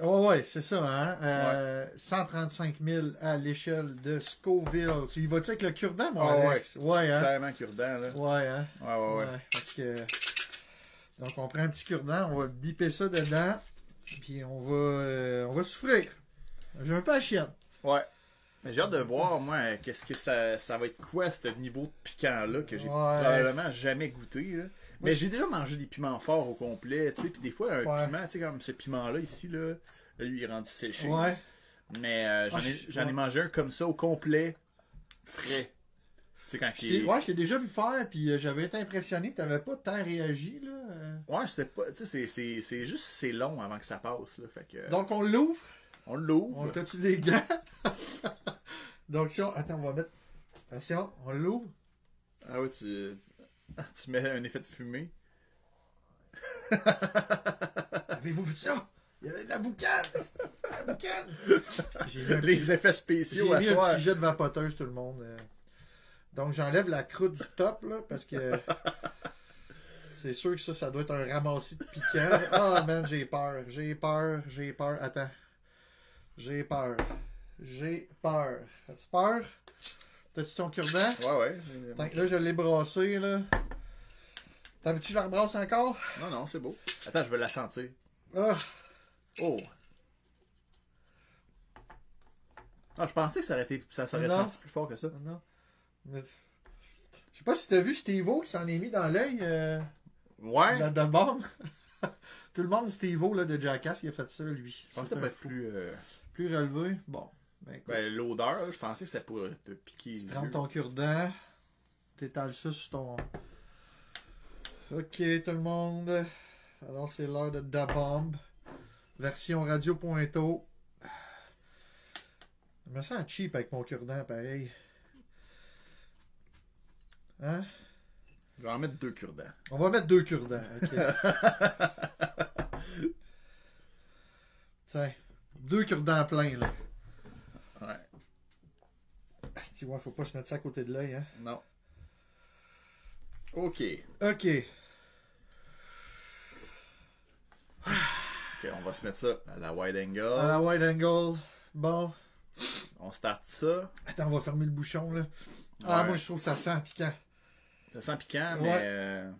Ouais, ouais, c'est ça, hein? Euh, 135 000 à l'échelle de Scoville. Tu y vas-tu avec le cure-dent, mon
Ah,
Alex? Ouais, hein?
Clairement cure-dent, là.
Ouais, hein?
ouais, ouais. ouais.
Ouais, parce que... Donc, on prend un petit cure-dent, on va dipper ça dedans, puis on va, euh, on va souffrir. J'ai un peu la chienne.
Ouais. Mais j'ai hâte de voir, moi, euh, qu'est-ce que ça, ça va être quoi, ce niveau de piquant-là, que j'ai
Ouais.
probablement jamais goûté. là. Mais
je-
j'ai déjà mangé des piments forts au complet, tu sais, puis des fois, un
Ouais.
piment, tu sais, comme ce piment-là, ici, là, lui, il est rendu séché.
Ouais.
Mais euh, j'en
Ah,
ai,
je-
j'en ai
ouais.
mangé un comme ça, au complet, frais. Tu sais, quand
Je
il est...
t'ai- Ouais, je t'ai déjà vu faire, puis euh, j'avais été impressionné, t'avais pas tant réagi, là. euh.
Ouais, c'était pas... Tu sais, c'est- c'est- c'est juste, c'est long avant que ça passe, là, fait que...
Donc, on l'ouvre.
on
On
l'ouvre.
t'a-tu des gants? Donc, si on... Attends, on va mettre... Attention, on l'ouvre.
Ah ouais, tu... Tu mets un effet de fumée.
Avez-vous vu ça? Il y avait de la boucane! La boucane! J'ai mis un petit-
Les effets
j'ai
spéciaux à
mis un
soir.
petit jet de vapoteuse, tout le monde. euh. Donc, j'enlève la croûte du top, là, parce que... C'est sûr que ça, ça doit être un ramassis de piquant. Ah, man, j'ai peur. J'ai peur. J'ai peur. Attends. J'ai peur. J'ai peur. As-tu peur? T'as-tu ton cure-dent?
Ouais, ouais.
Attends, là, je l'ai brassé, là. T'as vu, tu la rebrasses encore?
Non, non, c'est beau. Attends, je veux la sentir.
Ah,
Oh! Ah, je pensais que ça aurait, été, ça, ça aurait
Non.
senti plus fort que ça.
non. Mais- Je sais pas si t'as vu Steve-O qui s'en est mis dans l'œil euh,
Ouais!
là, de bombe. Tout le monde, Steve-O là, de Jackass, il a fait ça, lui. Ah,
je pensais que ça
C'est
pourrait
un
être
fou.
plus. euh,
plus relevé. Bon, ben écoute,
ben, l'odeur, là, je pensais que ça pourrait te piquer.
tu
les
te rentres
yeux.
ton cure-dent, t'étales ça sur ton... Ok, tout le monde. Alors, c'est l'heure de Da Bombe. Version radio.to. Je me sens cheap avec mon cure-dent, pareil. Hein?
Je vais en mettre deux cure-dents.
On va mettre deux cure-dents. ok. Tiens, deux cure-dents pleins, là.
Ouais.
Asti, ouais, faut pas se mettre ça à côté de l'œil, hein.
Non. OK.
Ok.
OK, on va se mettre ça à la wide angle.
À la wide angle. Bon.
On start ça.
Attends, on va fermer le bouchon, là. Ah,
Ouais.
moi, je trouve que ça sent piquant.
Ça sent piquant,
Ouais.
mais... euh,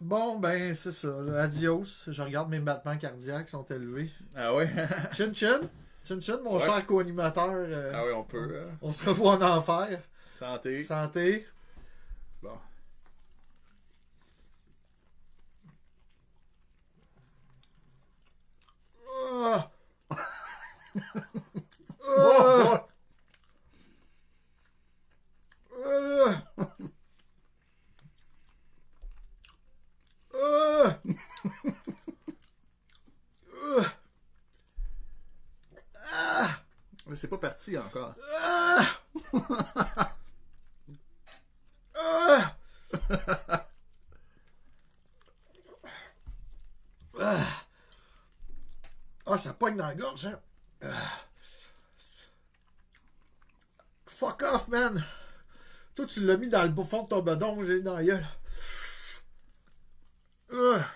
Bon, ben, c'est ça. là. Adios. Je regarde mes battements cardiaques sont élevés.
Ah ouais?
Chin Chin. Chin Chin, mon
Ouais.
cher co-animateur. euh,
ah ouais, on peut. hein.
On se revoit en enfer.
Santé.
Santé.
Bon.
Ah!
Oh, oh.
Ah! Ah! Ah!
Mais C'est pas parti encore.
Ah! Ah! Ah! Ah, ça pogne dans la gorge, hein? Ah. Fuck off, man! Toi, tu l'as mis dans le bou- fond de ton badon, j'ai dans la gueule. Ah.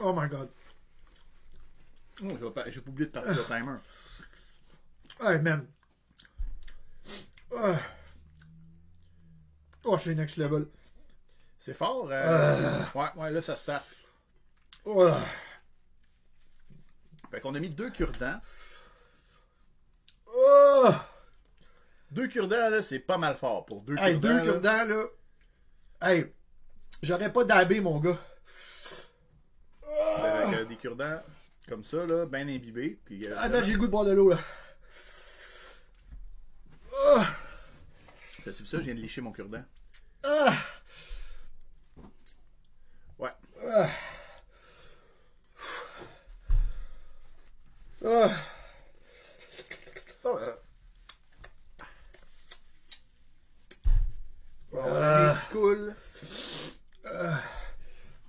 Oh my god.
Oh, je vais pas- J'ai oublié de partir le timer.
Hey, man. Ah. Oh, c'est next level.
C'est fort. euh, Ouais, ouais, là, ça start.
Ah.
Fait qu'on a mis deux cure-dents.
Ah.
Deux cure-dents, là, c'est pas mal fort pour deux
Hey,
cure-dents.
deux
là.
cure-dents, là. Hey, j'aurais pas dabé, mon gars.
Avec euh, des cure-dents comme ça, là, bien imbibés. Puis, euh,
Ah, man, j'ai le goût de boire de l'eau, là. Ah.
T'as-tu vu ça? Je viens de licher mon cure-dent.
Ah.
Ouais.
Ah.
Oh, euh,
Euh.
Voilà, les cool.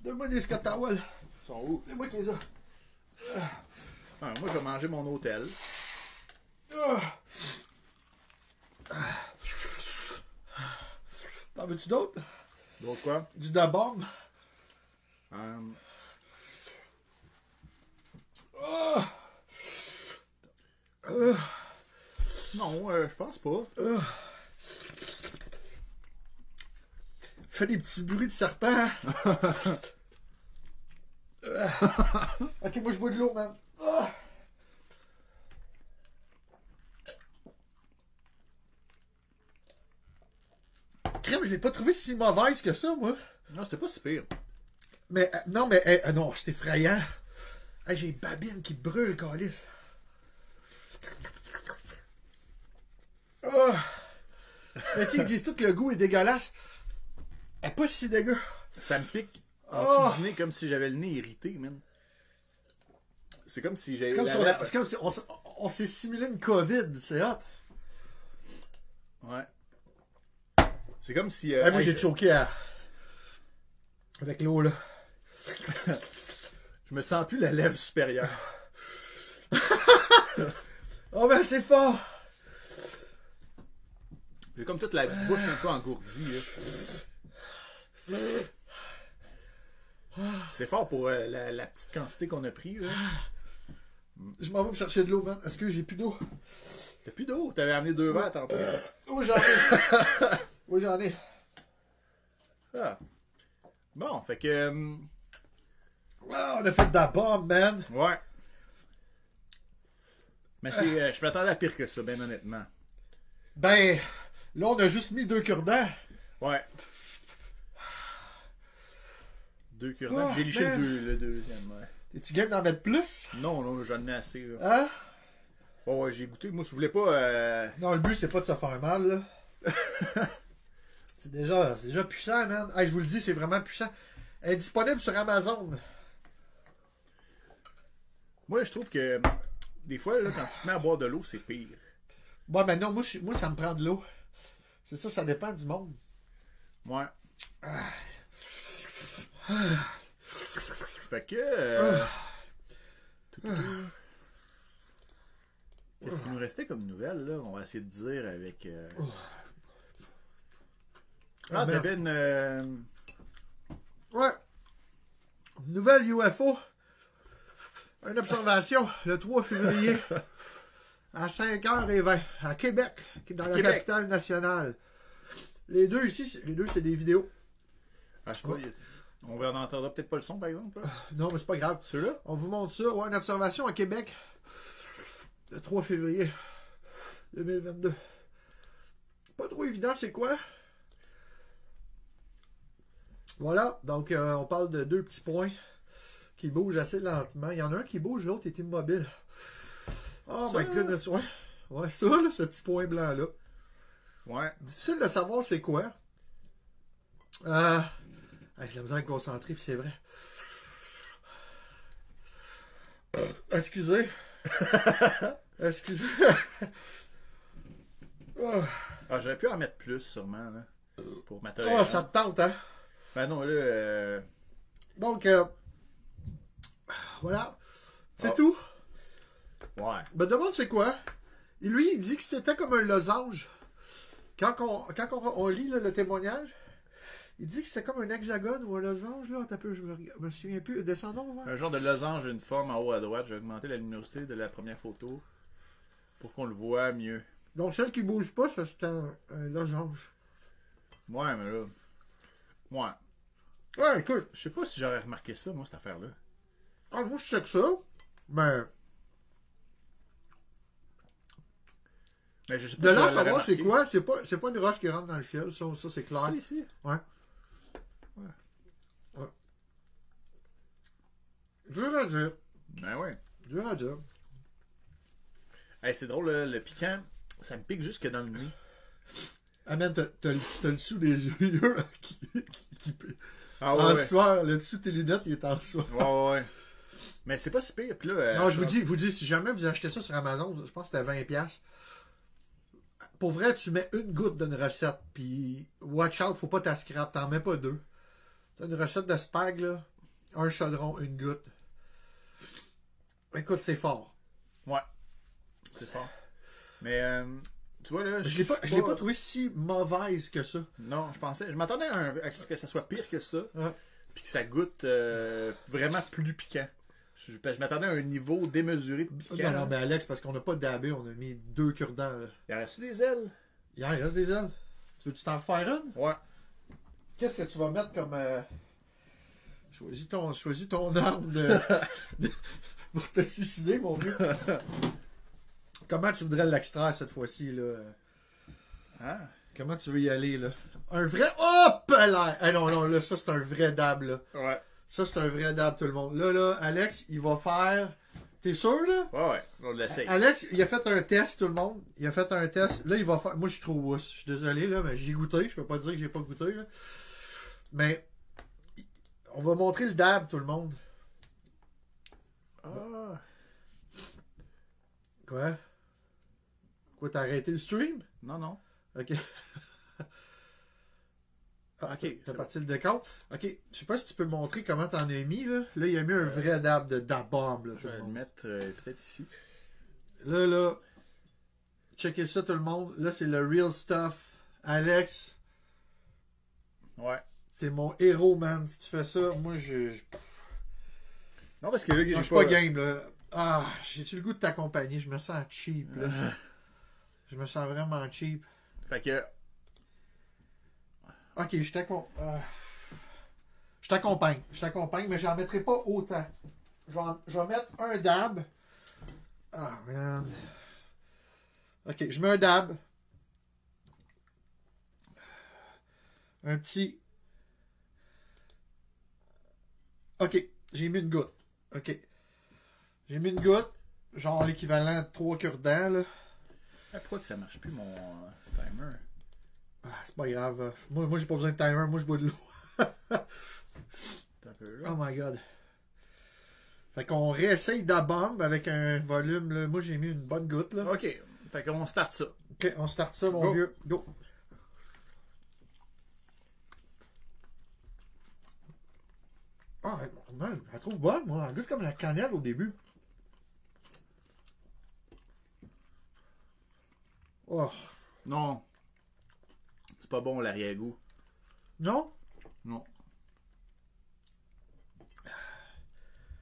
Donne-moi des Scott Towel.
Ils sont où?
C'est moi qui les ai.
Ah, moi, je vais manger mon hôtel.
Ah. Ah. T'en veux-tu d'autres?
Donc, quoi?
Du Da Bomb?
Euh,
Ah. Euh.
non, euh, je pense pas.
Fais des petits bruits de serpent. Ah. ok, moi je bois de l'eau, man. Ah. Crème, je l'ai pas trouvé si mauvaise que ça, moi.
Non, c'était pas si pire.
Mais euh, non, mais eh, euh, non, c'est effrayant. Hey, J'ai une babine qui brûle, Calis. Ah! Mais tu sais, ils disent tout que le goût est dégueulasse. Elle est pas si dégueu.
Ça me pique en
Oh!
dessous du nez comme si j'avais le nez irrité, man. C'est comme si j'avais.
C'est comme,
la
si on,
lèvre-
a- c'est comme si on, s- on s'est simulé une COVID, c'est hop.
Ouais. C'est comme si. euh,
moi,
hey,
j'ai
je-
choqué à... avec l'eau, là.
Je me sens plus la lèvre supérieure.
Oh, ben, c'est fort!
J'ai comme toute la bouche un peu engourdie. là. C'est fort pour euh, la, la petite quantité qu'on a pris. là.
Je m'en vais me chercher de l'eau, man. Est-ce que j'ai plus d'eau?
T'as plus d'eau, t'avais amené deux verres tantôt.
Oui, j'en ai. oui, j'en ai.
Ah. Bon, fait que. euh,
Ah, on a fait de la bombe, man.
Ouais. Mais c'est, euh, je m'attendais à pire que ça, ben honnêtement.
Ben, là, on a juste mis deux cure-dents.
Ouais. Deux cure-dents.
Oh,
J'ai liché le,
man.
deux- le deuxième, ouais.
T'es-tu game d'en mettre plus?
Non, non, j'en ai assez. là.
Hein?
Ouais, ouais, j'ai goûté. Moi, je voulais pas. euh,
Non, le but, c'est pas de se faire mal, là. c'est déjà, c'est déjà puissant, man. Hey, je vous le dis, c'est vraiment puissant. Elle est disponible sur Amazon.
Moi, je trouve que des fois, là, quand tu te mets à boire de l'eau, c'est pire.
Bon, ben non, moi, je suis- moi, ça me prend de l'eau. C'est ça, ça dépend du monde.
Ouais. Fait que. euh, tout, tout, tout. Qu'est-ce qu'il nous restait comme nouvelle, là On va essayer de dire avec. euh, Ah,
Oh. Ah, merde.
t'avais une. euh,
Ouais. Nouvelle UFO. Une observation le 3 février à 5h20 à Québec, qui est dans la
Québec.
capitale nationale. Les deux ici, c'est- les deux, c'est des vidéos.
ah, je
Oh.
sais pas, il y a- On va en entendre peut-être pas le son, par exemple. là.
Non, mais c'est pas grave.
Ceux-là
On vous montre ça. Ouais, une observation à Québec le 3 février 2022. Pas trop évident, c'est quoi? Voilà, donc euh, on parle de deux petits points qui bougent assez lentement. Il y en a un qui bouge, l'autre est immobile. Oh
Ça,
my
là?
goodness, ouais. Ouais, ça, là, ce petit point blanc-là.
Ouais.
Difficile de savoir c'est quoi. Euh, ah, J'ai la misère de me concentrer, puis c'est vrai. Euh, Excusez. Excusez. oh,
Ah, j'aurais pu en mettre plus, sûrement, là. Pour ma
oh,
tolérance.
ça te tente, hein?
Ben non, là. euh,
Donc, euh, voilà. C'est
Oh.
tout.
Ouais.
Me Ben, demande c'est quoi. Et Lui, il dit que c'était comme un losange. Quand on, quand on, on lit là, le témoignage, il dit que c'était comme un hexagone ou un losange. Là. Attends un peu, je me, reg- me souviens plus. Descendons, voir.
Un genre de losange, une forme en haut à droite. J'ai augmenté la luminosité de la première photo pour qu'on le voit mieux.
Donc, celle qui bouge pas, ça, c'est un, un losange.
Ouais, mais là. Ouais.
Ouais, écoute,
Je sais pas si j'aurais remarqué ça, moi, cette affaire-là.
ah, moi, je check ça, Ben, mais
Mais Ben, je sais pas si
de là à
je l'aurais
savoir c'est
remarqué.
quoi, c'est pas, c'est pas une roche qui rentre dans le ciel, ça, ça, c'est clair.
Ça, ici.
Dur à dire,
Ben ouais.
dur à dire.
Hey, c'est drôle, là, le piquant, ça me pique jusque dans le nez.
Amen, Ah, t'as, t'as le- t'as le sous des yeux là, qui, qui, qui-
Ah
en
ouais. Ouais,
sueur, le dessous de tes lunettes, il est en sueur.
ouais. ouais, ouais. Mais c'est pas si pire. Puis là, euh,
Non, je vous dis, vous dis, si jamais vous achetez ça sur Amazon, je pense que c'était 20$. piastres. Pour vrai, tu mets une goutte d'une recette, puis watch out, faut pas ta scrap, t'en mets pas deux. T'as une recette de spag, là, un chaudron, une goutte. Écoute, c'est fort.
Ouais. C'est fort. Mais, euh, tu vois, là.
Je l'ai pas, je l'ai pas trouvé si mauvaise que ça.
Non, je pensais. Je m'attendais à, un- à ce que ça soit pire que ça.
Ouais.
Puis que ça goûte euh, vraiment plus piquant. Je, je- je m'attendais à un niveau démesuré de piquant.
Non, non, mais Alex, parce qu'on n'a pas dabé, on a mis deux cure-dents, là.
Il en reste des ailes?
Il en reste des ailes. Tu veux-tu t'en refaire une?
Ouais.
Qu'est-ce que tu vas mettre comme. euh, Choisis, ton, choisis ton arme de... de- pour te suicider, mon vieux. Comment tu voudrais l'extraire cette fois-ci, là?
Ah.
Comment tu veux y aller, là? Un vrai. Hop! là! Ah non, non, là, ça, c'est un vrai dab, là.
Ouais.
Ça, c'est un vrai dab, tout le monde. Là, là, Alex, il va faire. T'es sûr, là?
Ouais, ouais. On l'essaye.
Alex, il a fait un test, tout le monde. Il a fait un test. Là, il va faire. Moi, je suis trop ousse. Je suis désolé, là, mais j'ai goûté. Je peux pas dire que j'ai pas goûté. là. Mais on va montrer le dab, tout le monde.
Ah.
Quoi? Quoi, t'as arrêté le stream?
Non, non.
Ok.
Ok,
Ah, ok,
c'est
t'as parti le décompte. Ok, je sais pas si tu peux montrer comment t'en as mis, là. Là, il a mis
Euh,
un vrai dab de dab bomb, là, tout
Je vais
le
le
monde.
mettre euh, peut-être ici.
Là, là. Checkez ça, tout le monde. Là, c'est le real stuff. Alex.
Ouais.
T'es mon héros, man. Si tu fais ça, moi, je. Je
Non, parce que là, j'ai
non, je suis pas game, là. Ah, j'ai-tu le goût de t'accompagner? Je me sens cheap, là. je me sens vraiment cheap.
Fait que.
Ok, je t'accompagne. Je t'accompagne. Je t'accompagne, mais j'en mettrai pas autant. J'en- Je vais mettre un dab. Ah, man. Ok, je mets un dab. Un petit. Ok, j'ai mis une goutte. Ok. J'ai mis une goutte. Genre l'équivalent de 3 cure-dents, là.
Ah, pourquoi que ça marche plus mon euh, timer?
Ah, c'est pas grave. Moi, moi j'ai pas besoin de timer. Moi, je bois de l'eau.
Attends un peu,
Oh
là.
my god. Fait qu'on réessaye d'abombe avec un volume. là. Moi, j'ai mis une bonne goutte. Là.
OK. Fait qu'on start ça.
OK, on start ça, mon
Go.
vieux. Go. Ah, elle- elle- je la trouve bonne, moi. Elle goûte comme la cannelle au début. Oh,
Non. C'est pas bon l'arrière-goût.
non?
Non.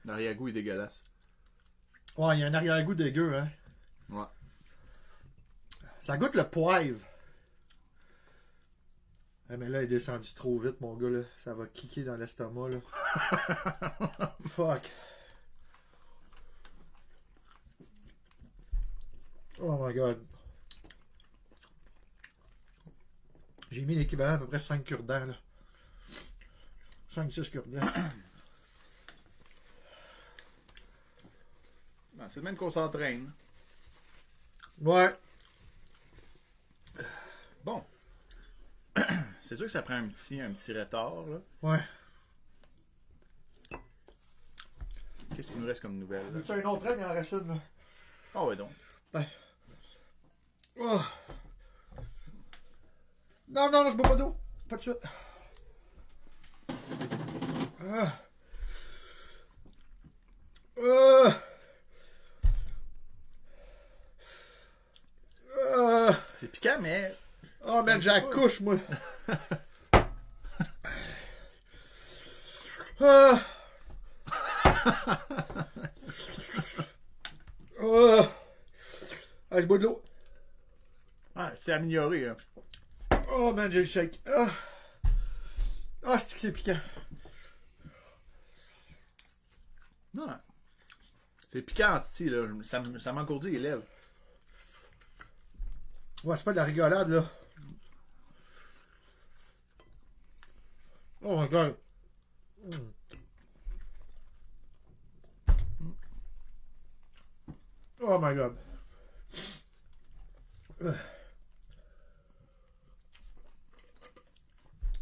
L'arrière-goût est dégueulasse.
Ouais, il y a un arrière-goût dégueu, hein.
Ouais.
Ça goûte le poivre. Ah, mais là, il est descendu trop vite, mon gars, là. Ça va kicker dans l'estomac, là. Fuck. Oh my god. J'ai mis l'équivalent à peu près 5 cure-dents, là. 5-6 cure-dents.
Non, Ah, c'est le même qu'on s'entraîne.
Ouais.
Bon. C'est sûr que ça prend un petit, un petit retard. là.
Ouais.
Qu'est-ce qu'il nous reste comme nouvelle? là?
Veux-tu un autre règne? Il en reste une, là.
Ah ouais donc.
Oh. Non, non, non, je bois pas d'eau. Pas de suite. Ah. Ah. Ah.
C'est piquant, mais
Oh, man, j'accouche, moi. Ah. Ah. Ah, je bois de l'eau.
ah, t'es amélioré. hein.
Oh man, j'ai le shake. Ah, ah c'est que c'est piquant.
Non. non. C'est piquant, Titi, là. Je- Ça, m- ça m'engourdit les lèvres.
Ouais, c'est pas de la rigolade là. Oh my god. Mm. Oh my god.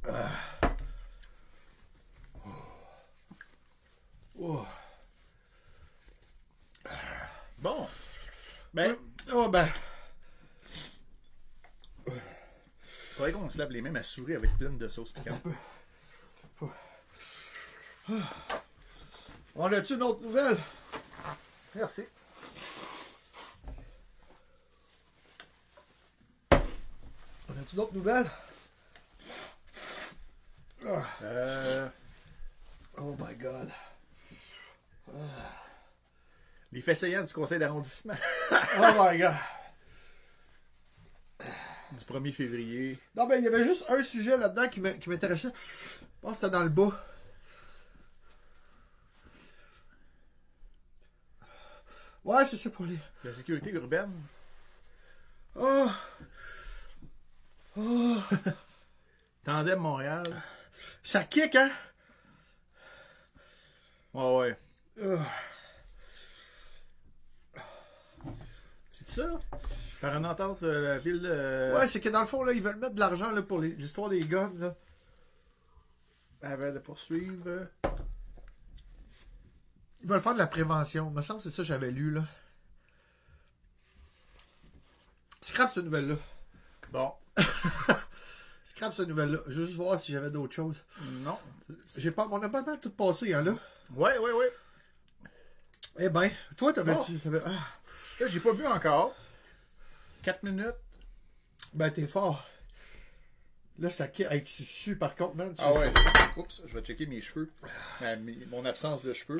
Ah. Ah. Oh.
Bon. Ben,
Oh ben.
faudrait qu'on se lave les mains à souris avec plein de sauce piquante.
On a-tu une autre nouvelle?
Merci.
On a-tu d'autres nouvelles? Ah.
Euh,
Oh my god.
les faits saillants du conseil d'arrondissement
Oh my god.
du 1er février.
Non, mais il y avait juste un sujet là-dedans qui m'in- qui m'intéressait. Je pense que c'était dans le bas. Ouais, c'est ça pour les.
La sécurité urbaine.
Oh!
Tandem Montréal.
Ça kick, hein?
Ouais, Ah ouais.
Oh.
C'est ça? Par une entente, euh, la ville. euh,
Ouais, c'est que dans le fond, là, ils veulent mettre de l'argent là, pour les- l'histoire des guns. Là.
Avant de poursuivre. euh,
Ils veulent faire de la prévention. Il me semble que c'est ça que j'avais lu. là. Scrap cette nouvelle-là.
Bon,
Scrap cette nouvelle-là. Juste voir si j'avais d'autres choses.
non.
J'ai pas, on a pas mal tout passé, hein, là.
Ouais, ouais, ouais.
Eh ben, toi, t'avais-tu. t'avais- ah,
Là, j'ai pas bu encore. 4 minutes.
ben, t'es fort. Là, ça kick. Hey, tu sues, par contre, man. tu-
Ah ouais. Oups, je vais checker mes cheveux. Euh, mes- mon absence de cheveux.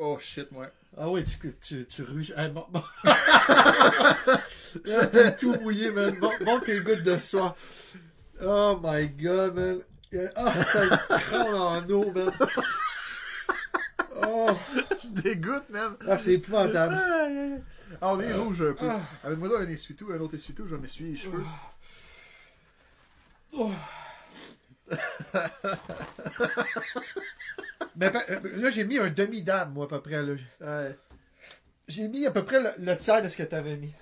Oh shit, moi.
Ah ouais, tu, tu, tu ruisses. Hey, bon, bon. ça t'est tout mouillé, man. Bon, bon tes gouttes de soie. Oh my god, man. Euh, Ah, t'as crâne en eau, man. Oh,
Je dégoûte, même.
ah, c'est épouvantable.
Ah, Ah. on est rouge un peu.
ah.
Avec moi, là, un essuie-tout, un autre essuie-tout, je vais m'essuyer les cheveux.
Mais pa- euh, là, j'ai mis un demi-dame, moi, à peu près. Là.
Ouais.
J'ai mis à peu près le, le tiers de ce que t'avais mis.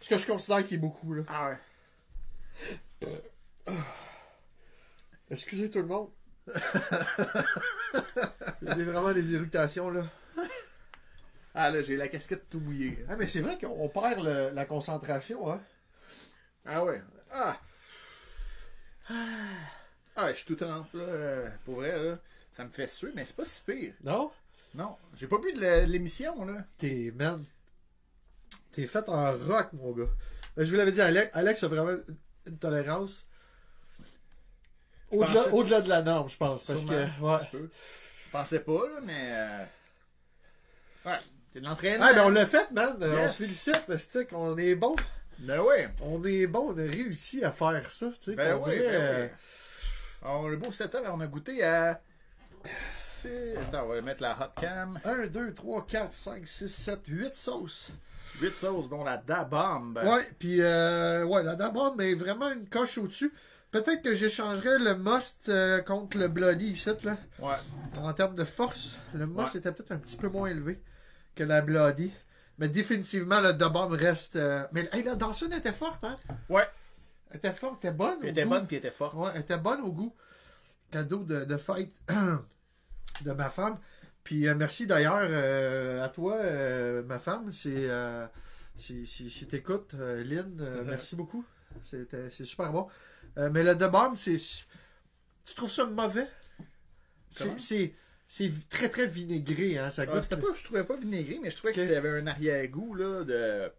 Ce que je considère qui est beaucoup, là.
Ah ouais.
Excusez tout le monde. J'ai vraiment des irritations, là.
Ah là, j'ai la casquette tout mouillée.
Ah, mais c'est vrai qu'on perd le- la concentration, hein.
Ah ouais. Ah. Ah, je suis tout trempé, là. euh, Pour vrai, là. Ça me fait suer, mais c'est pas si pire.
Non?
Non, j'ai pas bu de la- de l'émission, là.
T'es, man. T'es fait en rock, mon gars. Euh, Je vous l'avais dit, Alex, Alex a vraiment une tolérance. Au-delà,
Pensais-
au-delà de la norme, je pense. Parce
Sûrement,
que. ouais.
ça se peut. Je pensais pas, là, mais. euh, Ouais, c'est de l'entraînement.
Ah, ben on l'a fait, man. Euh, On
Yes.
se félicite, parce que, tu sais, qu'on est bon.
Ben ouais.
On est bon, on a réussi à faire ça. Tu sais,
Ben
pour
ouais,
vrai,
ben
euh,
ouais. On le beau setup, on a goûté à. C'est- Attends, on va mettre la hot cam.
1, 2, 3, 4, 5, 6, 7, 8 sauces.
8 sauces, dont la dabambe.
Ouais, puis euh, ouais, la d'abord, mais vraiment une coche au-dessus. Peut-être que j'échangerais le Most euh, contre le Bloody ici, là.
Ouais.
En termes de force, le Most
Ouais.
était peut-être un petit peu moins élevé que la Bloody. Mais définitivement, la Dabom reste. euh, Mais hey, la Dawson était forte, hein?
Ouais.
Elle était forte, elle était bonne. au
Elle était
goût.
bonne puis elle était forte.
Ouais, elle était bonne au goût. Cadeau de, de fête de ma femme. Puis euh, merci d'ailleurs euh, à toi, euh, ma femme. C'est, euh, si, si, si t'écoutes, euh, Lynn, euh,
Mm-hmm.
merci beaucoup. C'était- c'est super bon. Euh, mais le de Bombe, c'est. Tu trouves ça mauvais?
Comment?
C'est, c'est, c'est très très vinaigré, hein? Ça
Ah,
goûte.
c'était pas, je trouvais pas vinaigré, mais je trouvais
Ok.
que ça avait un arrière-goût là, de.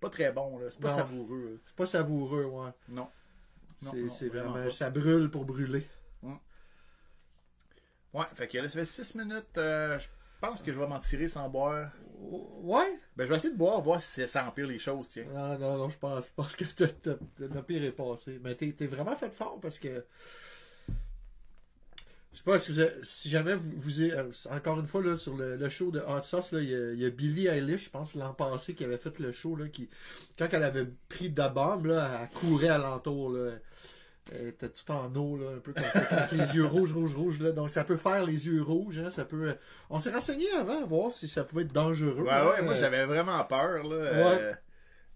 Pas très bon, là. C'est pas
Non.
savoureux.
c'est pas savoureux, ouais.
Non. Non,
c'est
non,
c'est
vraiment
vraiment.
pas.
Ça brûle pour brûler.
Ouais, fait que là, ça fait 6 minutes. euh, je pense que je vais m'en tirer sans boire.
Ouais?
Ben, je vais essayer de boire, voir si ça empire les choses, tiens.
Non, Ah, non, non, je pense, je pense que t'as- t'as- le pire est passé. Mais t'es t'es vraiment fait fort parce que. Je sais pas si, vous avez- si jamais vous, vous avez- euh, Encore une fois, là, sur le, le show de Hot Sauce, là, il y, a- il y a Billie Eilish, je pense, l'an passé, qui avait fait le show. Là, qui, quand elle avait pris de la bombe, là, elle courait alentour. Là. Elle était tout en eau, là, un peu comme avec les yeux rouges, rouges, rouges. Là. Donc ça peut faire les yeux rouges. hein, ça peut... On s'est renseigné avant, voir si ça pouvait être dangereux. Euh,
Ouais,
là.
ouais, moi j'avais vraiment peur, là. euh,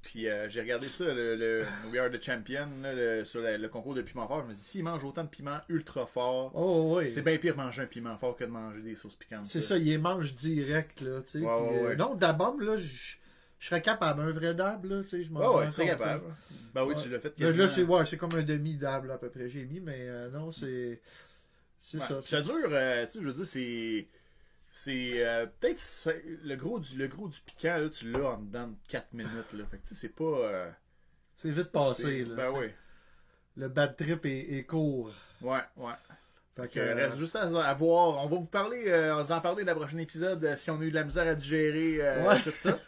Puis euh, j'ai regardé ça, le, le We Are the Champion, là, le- sur la- le concours de piment fort. Je me dis, s'ils mangent autant de piment ultra fort,
Oh, ouais.
c'est bien pire manger un piment fort que de manger des sauces piquantes.
C'est
là.
ça, il les mange direct, là, tu sais.
Ouais,
puis,
ouais,
euh,
ouais.
Non, d'abord, là, je je serais capable. Un vrai dab, là, tu sais, je m'en
Ouais, ouais,
rends
tu serais
compte,
capable.
là.
Ben oui,
Ouais.
tu l'as fait
Là,
quasiment.
là, c'est ouais, c'est comme un demi-dab, là, à peu près, j'ai mis, mais euh, non, c'est... C'est
Ouais.
ça.
Puis Ça dure, euh, tu sais, je veux dire, c'est. C'est euh, peut-être c'est- le gros du le gros du piquant là, tu l'as en dedans de 4 minutes là. Fait que tu sais c'est pas euh,
C'est vite
c'est-
passé, là.
Ben
tu sais.
oui.
Le bad trip est, est court.
Ouais, ouais.
Fait
Que
que... euh,
reste juste à, à voir. On va vous parler, euh, on va vous en parler dans le prochain épisode euh, si on a eu de la misère à digérer euh,
Ouais.
tout ça.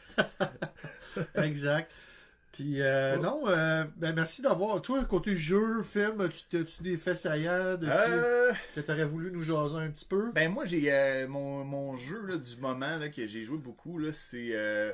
euh, exact. Puis, euh,
Ouais.
non, euh, ben, merci d'avoir... Toi, côté jeu, film, tu t'as-tu des faits saillants de films
Euh,
que t'aurais voulu nous jaser un petit peu?
ben moi j'ai euh, mon, mon jeu là, du moment là, que j'ai joué beaucoup là, c'est euh,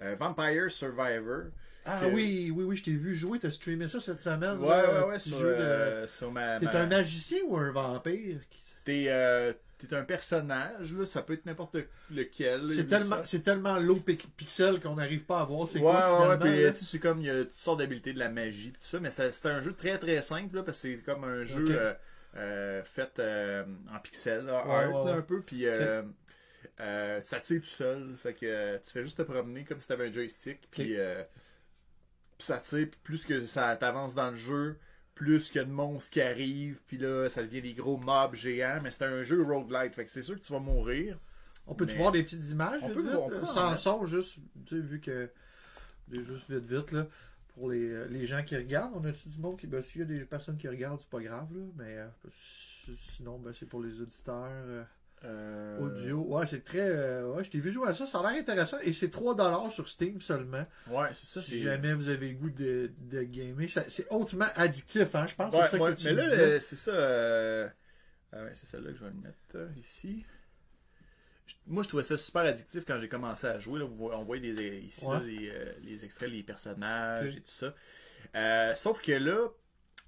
euh, Vampire Survivor.
Ah
que-
oui, oui, oui, je t'ai vu jouer, t'as streamé ça cette semaine.
Ouais ouais
là, un
ouais
Ah, petit
sur,
jeu de-
euh, sur ma,
T'es
ma-
un magicien ou un vampire?
T'es euh, t'es un personnage, là, ça peut être n'importe lequel.
C'est tellement, c'est tellement low pic- pixel qu'on n'arrive pas à voir c'est
Ouais,
quoi
ouais, ouais,
finalement.
puis
là.
euh, tu sais, c'est comme il y a toutes sortes d'habilités de la magie pis tout ça, mais ça- c'est un jeu très très simple là, parce que c'est comme un jeu
Ok.
euh, euh, fait euh, en pixels, là,
Ouais,
art,
ouais,
là,
ouais.
un peu, puis euh, euh, ça tire tout seul, fait que euh, tu fais juste te promener comme si t'avais un joystick, puis euh, puis ça tire, puis plus que ça t'avance dans le jeu, plus qu'il y a de monstres qui arrivent, puis là ça devient des gros mobs géants, mais c'est un jeu roguelite, fait que c'est sûr que tu vas mourir.
on peut tu
mais-
voir des petites images
On
vite,
peut
vite,
voir, on peut
euh,
voir,
sans
ouais.
son, juste, tu sais, vu que des juste vite vite là pour les, euh, les gens qui regardent. On a-tu du monde qui, ben s'il y a des personnes qui regardent, c'est pas grave là, mais euh, si- sinon ben c'est pour les auditeurs euh,
Euh,
audio. Ouais, c'est très, euh, ouais, je t'ai vu jouer à ça, ça a l'air intéressant et c'est 3$ sur Steam seulement.
Ouais, c'est ça.
si
c'est-
jamais vous avez le goût de, de gamer, ça- c'est hautement addictif, hein, je pense.
Ouais,
c'est ça
ouais,
que tu
mais là,
disais.
euh, c'est ça. euh, Ah ouais, c'est celle-là que je vais le mettre euh, ici. Je- Moi, je trouvais ça super addictif quand j'ai commencé à jouer. là. Vous voyez- on voyait des, euh, ici
Ouais.
là, les, euh, les extraits, les personnages
Ok.
et tout ça. Euh, sauf que là,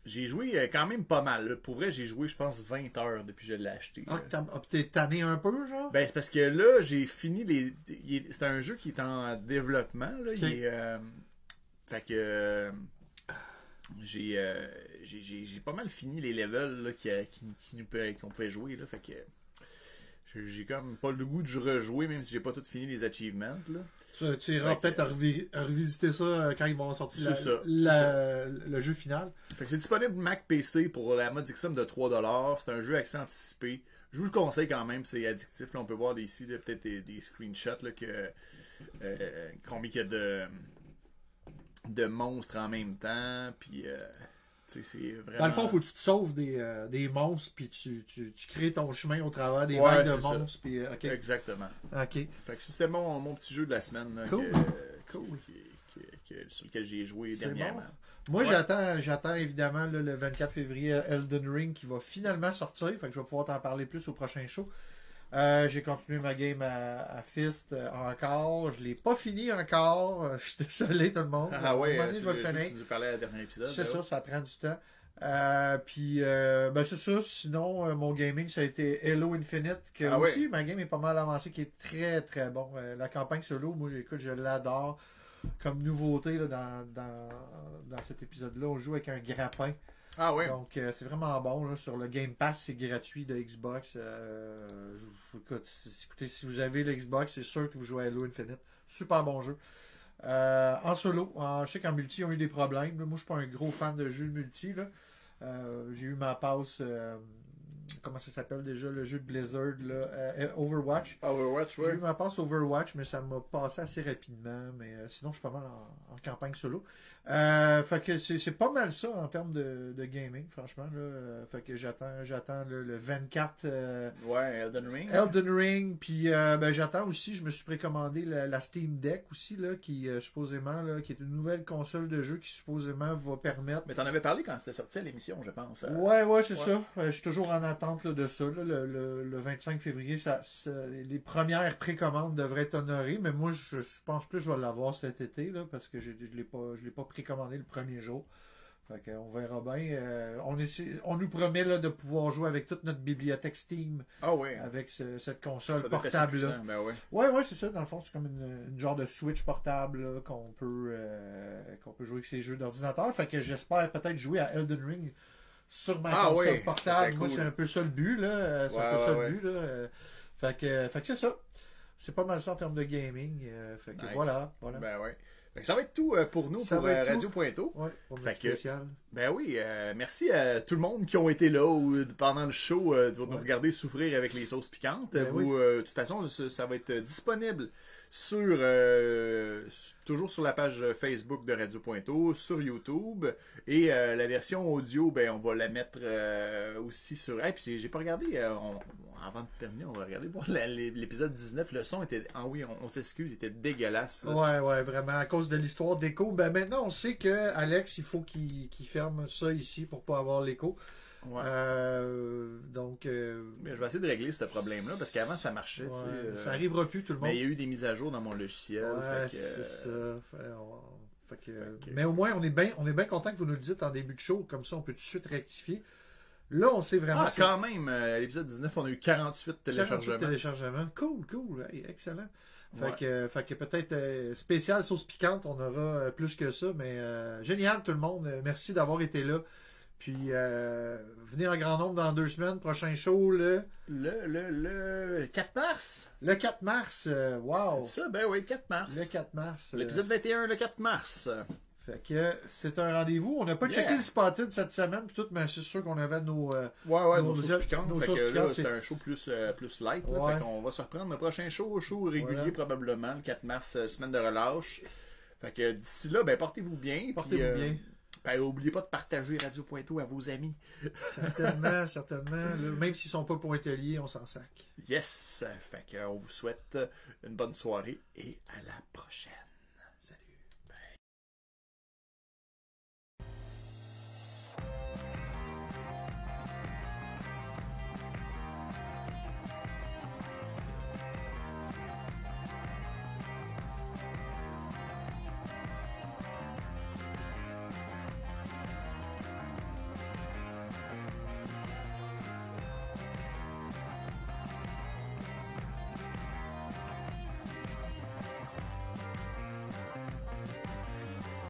j'ai joué euh, quand même pas mal. là. Pour vrai, j'ai joué, je pense, 20 heures depuis que je l'ai acheté.
Ah,
là.
que t'as- ah, t'es tanné un peu, genre?
Ben, c'est parce que là, j'ai fini les. il est- C'est un jeu qui est en développement. Là. Il
Ok.
est, euh, Fait que. euh, j'ai euh, j'ai- j'ai- j'ai pas mal fini les levels là, qui, qui, qui nous peut- qu'on pouvait jouer là, fait que j'ai- j'ai comme pas le goût de rejouer même si j'ai pas tout fini les achievements là.
Ça, tu iras
Fait que-
peut-être à, revi- à revisiter ça euh, quand ils vont sortir la-
C'est ça, c'est
la-
ça.
le jeu final.
Fait que c'est disponible Mac PC pour la modique somme de 3$. C'est un jeu accès anticipé. Je vous le conseille quand même, c'est addictif. Là, on peut voir des- ici là, peut-être des, des screenshots là, que euh, combien qu'il y a de, de monstres en même temps. Puis euh, tu sais, c'est vraiment.
Dans le fond, faut que tu te sauves des, euh, des monstres, puis tu, tu, tu crées ton chemin au travers des
Ouais,
vagues de
c'est ça.
monstres. Puis, euh, ok,
Exactement.
ok.
Fait que c'était mon, mon petit jeu de la semaine là,
Cool.
que-
Cool.
que- que- que- sur lequel j'ai joué
C'est
dernièrement.
Moi,
Ouais.
j'attends, j'attends évidemment là, le 24 février euh, Elden Ring qui va finalement sortir. Fait que je vais pouvoir t'en parler plus au prochain show. Euh, j'ai continué ma game à, à Fist euh, encore. Je l'ai pas fini encore. Euh, Je suis désolé tout le monde. À un
Ah ouais,
moment
euh,
donné,
c'est
je vais
le
le
jeu que
finir.
tu nous parlais à la dernière épisode. ben
C'est
là,
ça,
ouais.
ça prend du temps. Euh, puis euh, ben c'est ça, sinon euh, mon gaming ça a été Hello Infinite que
Ah
aussi ma game est pas mal avancée qui est très très bon. Euh, la campagne solo, moi écoute, je l'adore comme nouveauté là, dans, dans, dans cet épisode là, on joue avec un grappin.
Ah ouais.
Donc euh, c'est vraiment bon là, sur le Game Pass, c'est gratuit de Xbox. Euh, je vous- écoute, si- écoutez, si vous avez le Xbox, c'est sûr que vous jouez à Halo Infinite. Super bon jeu. Euh, en solo, en- je sais qu'en multi, ils ont eu des problèmes. là. Moi, je suis pas un gros fan de jeux de multi. là. Euh, J'ai eu ma passe, euh, comment ça s'appelle déjà, le jeu de Blizzard, là, euh, Overwatch.
Overwatch,
J'ai
ouais.
eu ma passe Overwatch, mais ça m'a passé assez rapidement. Mais euh, sinon, je suis pas mal en, en campagne solo. Euh, fait que c'est c'est pas mal ça en termes de, de gaming, franchement. Là. Euh, Fait que j'attends j'attends le, le 24 euh,
Ouais, Elden Ring.
Elden Ring, puis euh, ben, j'attends aussi, je me suis précommandé la, la Steam Deck aussi, là, qui euh, supposément, là, qui est une nouvelle console de jeu qui supposément va permettre.
Mais t'en avais parlé quand c'était sorti à l'émission, je pense. euh.
Ouais, ouais, c'est
ouais.
ça. Euh, je suis toujours en attente là, de ça. là. Le, le- le 25 février, ça, ça- les premières précommandes devraient être honorées, mais moi, je, je pense plus que je vais l'avoir cet été, là, parce que j'ai- je ne l'ai pas, je l'ai pas précommandé le premier jour. Fait que, on verra bien. Euh, on, essaie- on nous promet là, de pouvoir jouer avec toute notre bibliothèque Steam,
Ah ouais.
avec ce- cette
Ça
console
doit être assez
portable-là.
puissant, Ben ouais.
Ouais, ouais, c'est ça. Dans le fond, c'est comme une, une genre de Switch portable là, qu'on peut, euh, qu'on peut jouer avec ces jeux d'ordinateur. Fait que j'espère peut-être jouer à Elden Ring sur ma
Ah
console
ouais, ça
portable.
serait
Moi,
cool.
c'est un peu ça le but. là. Euh, C'est
Ouais,
un peu
ouais,
ça le
ouais.
but. Là. Euh, Fait que, euh, fait que c'est ça. C'est pas mal ça en termes de gaming. euh, fait que
Nice.
voilà. voilà.
Ben ouais. Fait que ça va être tout euh, pour nous
Ça
pour
va être
euh,
tout.
Radio Pointeau.
Ouais, pour notre
Fait que-
spécial.
Ben oui, euh, merci à tout le monde qui ont été là ou, pendant le show euh, de nous
Ouais.
regarder souffrir avec les sauces piquantes.
Ben
Vous, euh, de toute façon, ça, ça va être disponible sur euh, s- toujours sur la page Facebook de Radio Pointeau, sur YouTube et euh, la version audio, ben on va la mettre euh, aussi sur. Hey, puis j'ai- j'ai pas regardé. euh, on- on- avant de terminer, on va regarder voir la- l'épisode 19. Le son était, ah oui, on, on s'excuse, il était dégueulasse.
Ouais, ouais, vraiment. À cause de l'histoire d'écho. Ben maintenant, on sait que Alex, il faut qu'il qu'il ferme ça ici pour pas avoir l'écho.
Ouais.
Euh, donc. euh,
Mais je vais essayer de régler ce problème-là parce qu'avant ça marchait. tu sais,
Ouais,
euh,
Ça arrivera plus tout le monde.
Mais il y a eu des mises à jour dans mon logiciel.
Ouais,
fait que,
c'est ça.
euh,
Fait, on- fait que-
Fait que-
Mais au moins, on est bien on est bien content que vous nous le dites en début de show, comme ça on peut tout de suite rectifier. Là, on sait vraiment
Ah,
c'est
quand même, euh, à l'épisode 19, on a eu 48
48
téléchargements.
téléchargements. Cool, cool, Hey, excellent. Fait
Ouais.
que, euh, fait que peut-être euh, spécial sauce piquante, on aura euh, plus que ça, mais euh, génial tout le monde. Euh, Merci d'avoir été là. Puis euh, venez en grand nombre dans deux semaines, prochain show le,
Le, le, le 4 mars.
le 4 mars. Euh, wow!
C'est ça, ben oui, le 4 mars.
Le 4 mars. euh,
L'épisode 21, le 4 mars.
Fait que c'est un rendez-vous. On n'a pas
Yeah.
checké le Spotted cette semaine, puis tout, mais c'est sûr qu'on avait nos. euh,
Ouais, ouais,
Nos
nos, sauces
sauces-
piquantes.
nos
fait
sauces
que là,
piquantes,
c'est
c'est-
un show plus, euh, plus light. là.
Ouais.
fait qu'on va se reprendre le prochain show, au show régulier
Voilà.
probablement, le 4 mars, euh, semaine de relâche. Fait que d'ici là, ben portez-vous bien. puis,
Portez-vous
euh,
bien.
Ben, oubliez pas de partager Radio Pointeau à vos amis.
Certainement, certainement. là, même s'ils sont pas pointeliers, on s'en sac.
Yes! Fait que on vous souhaite une bonne soirée et à la prochaine.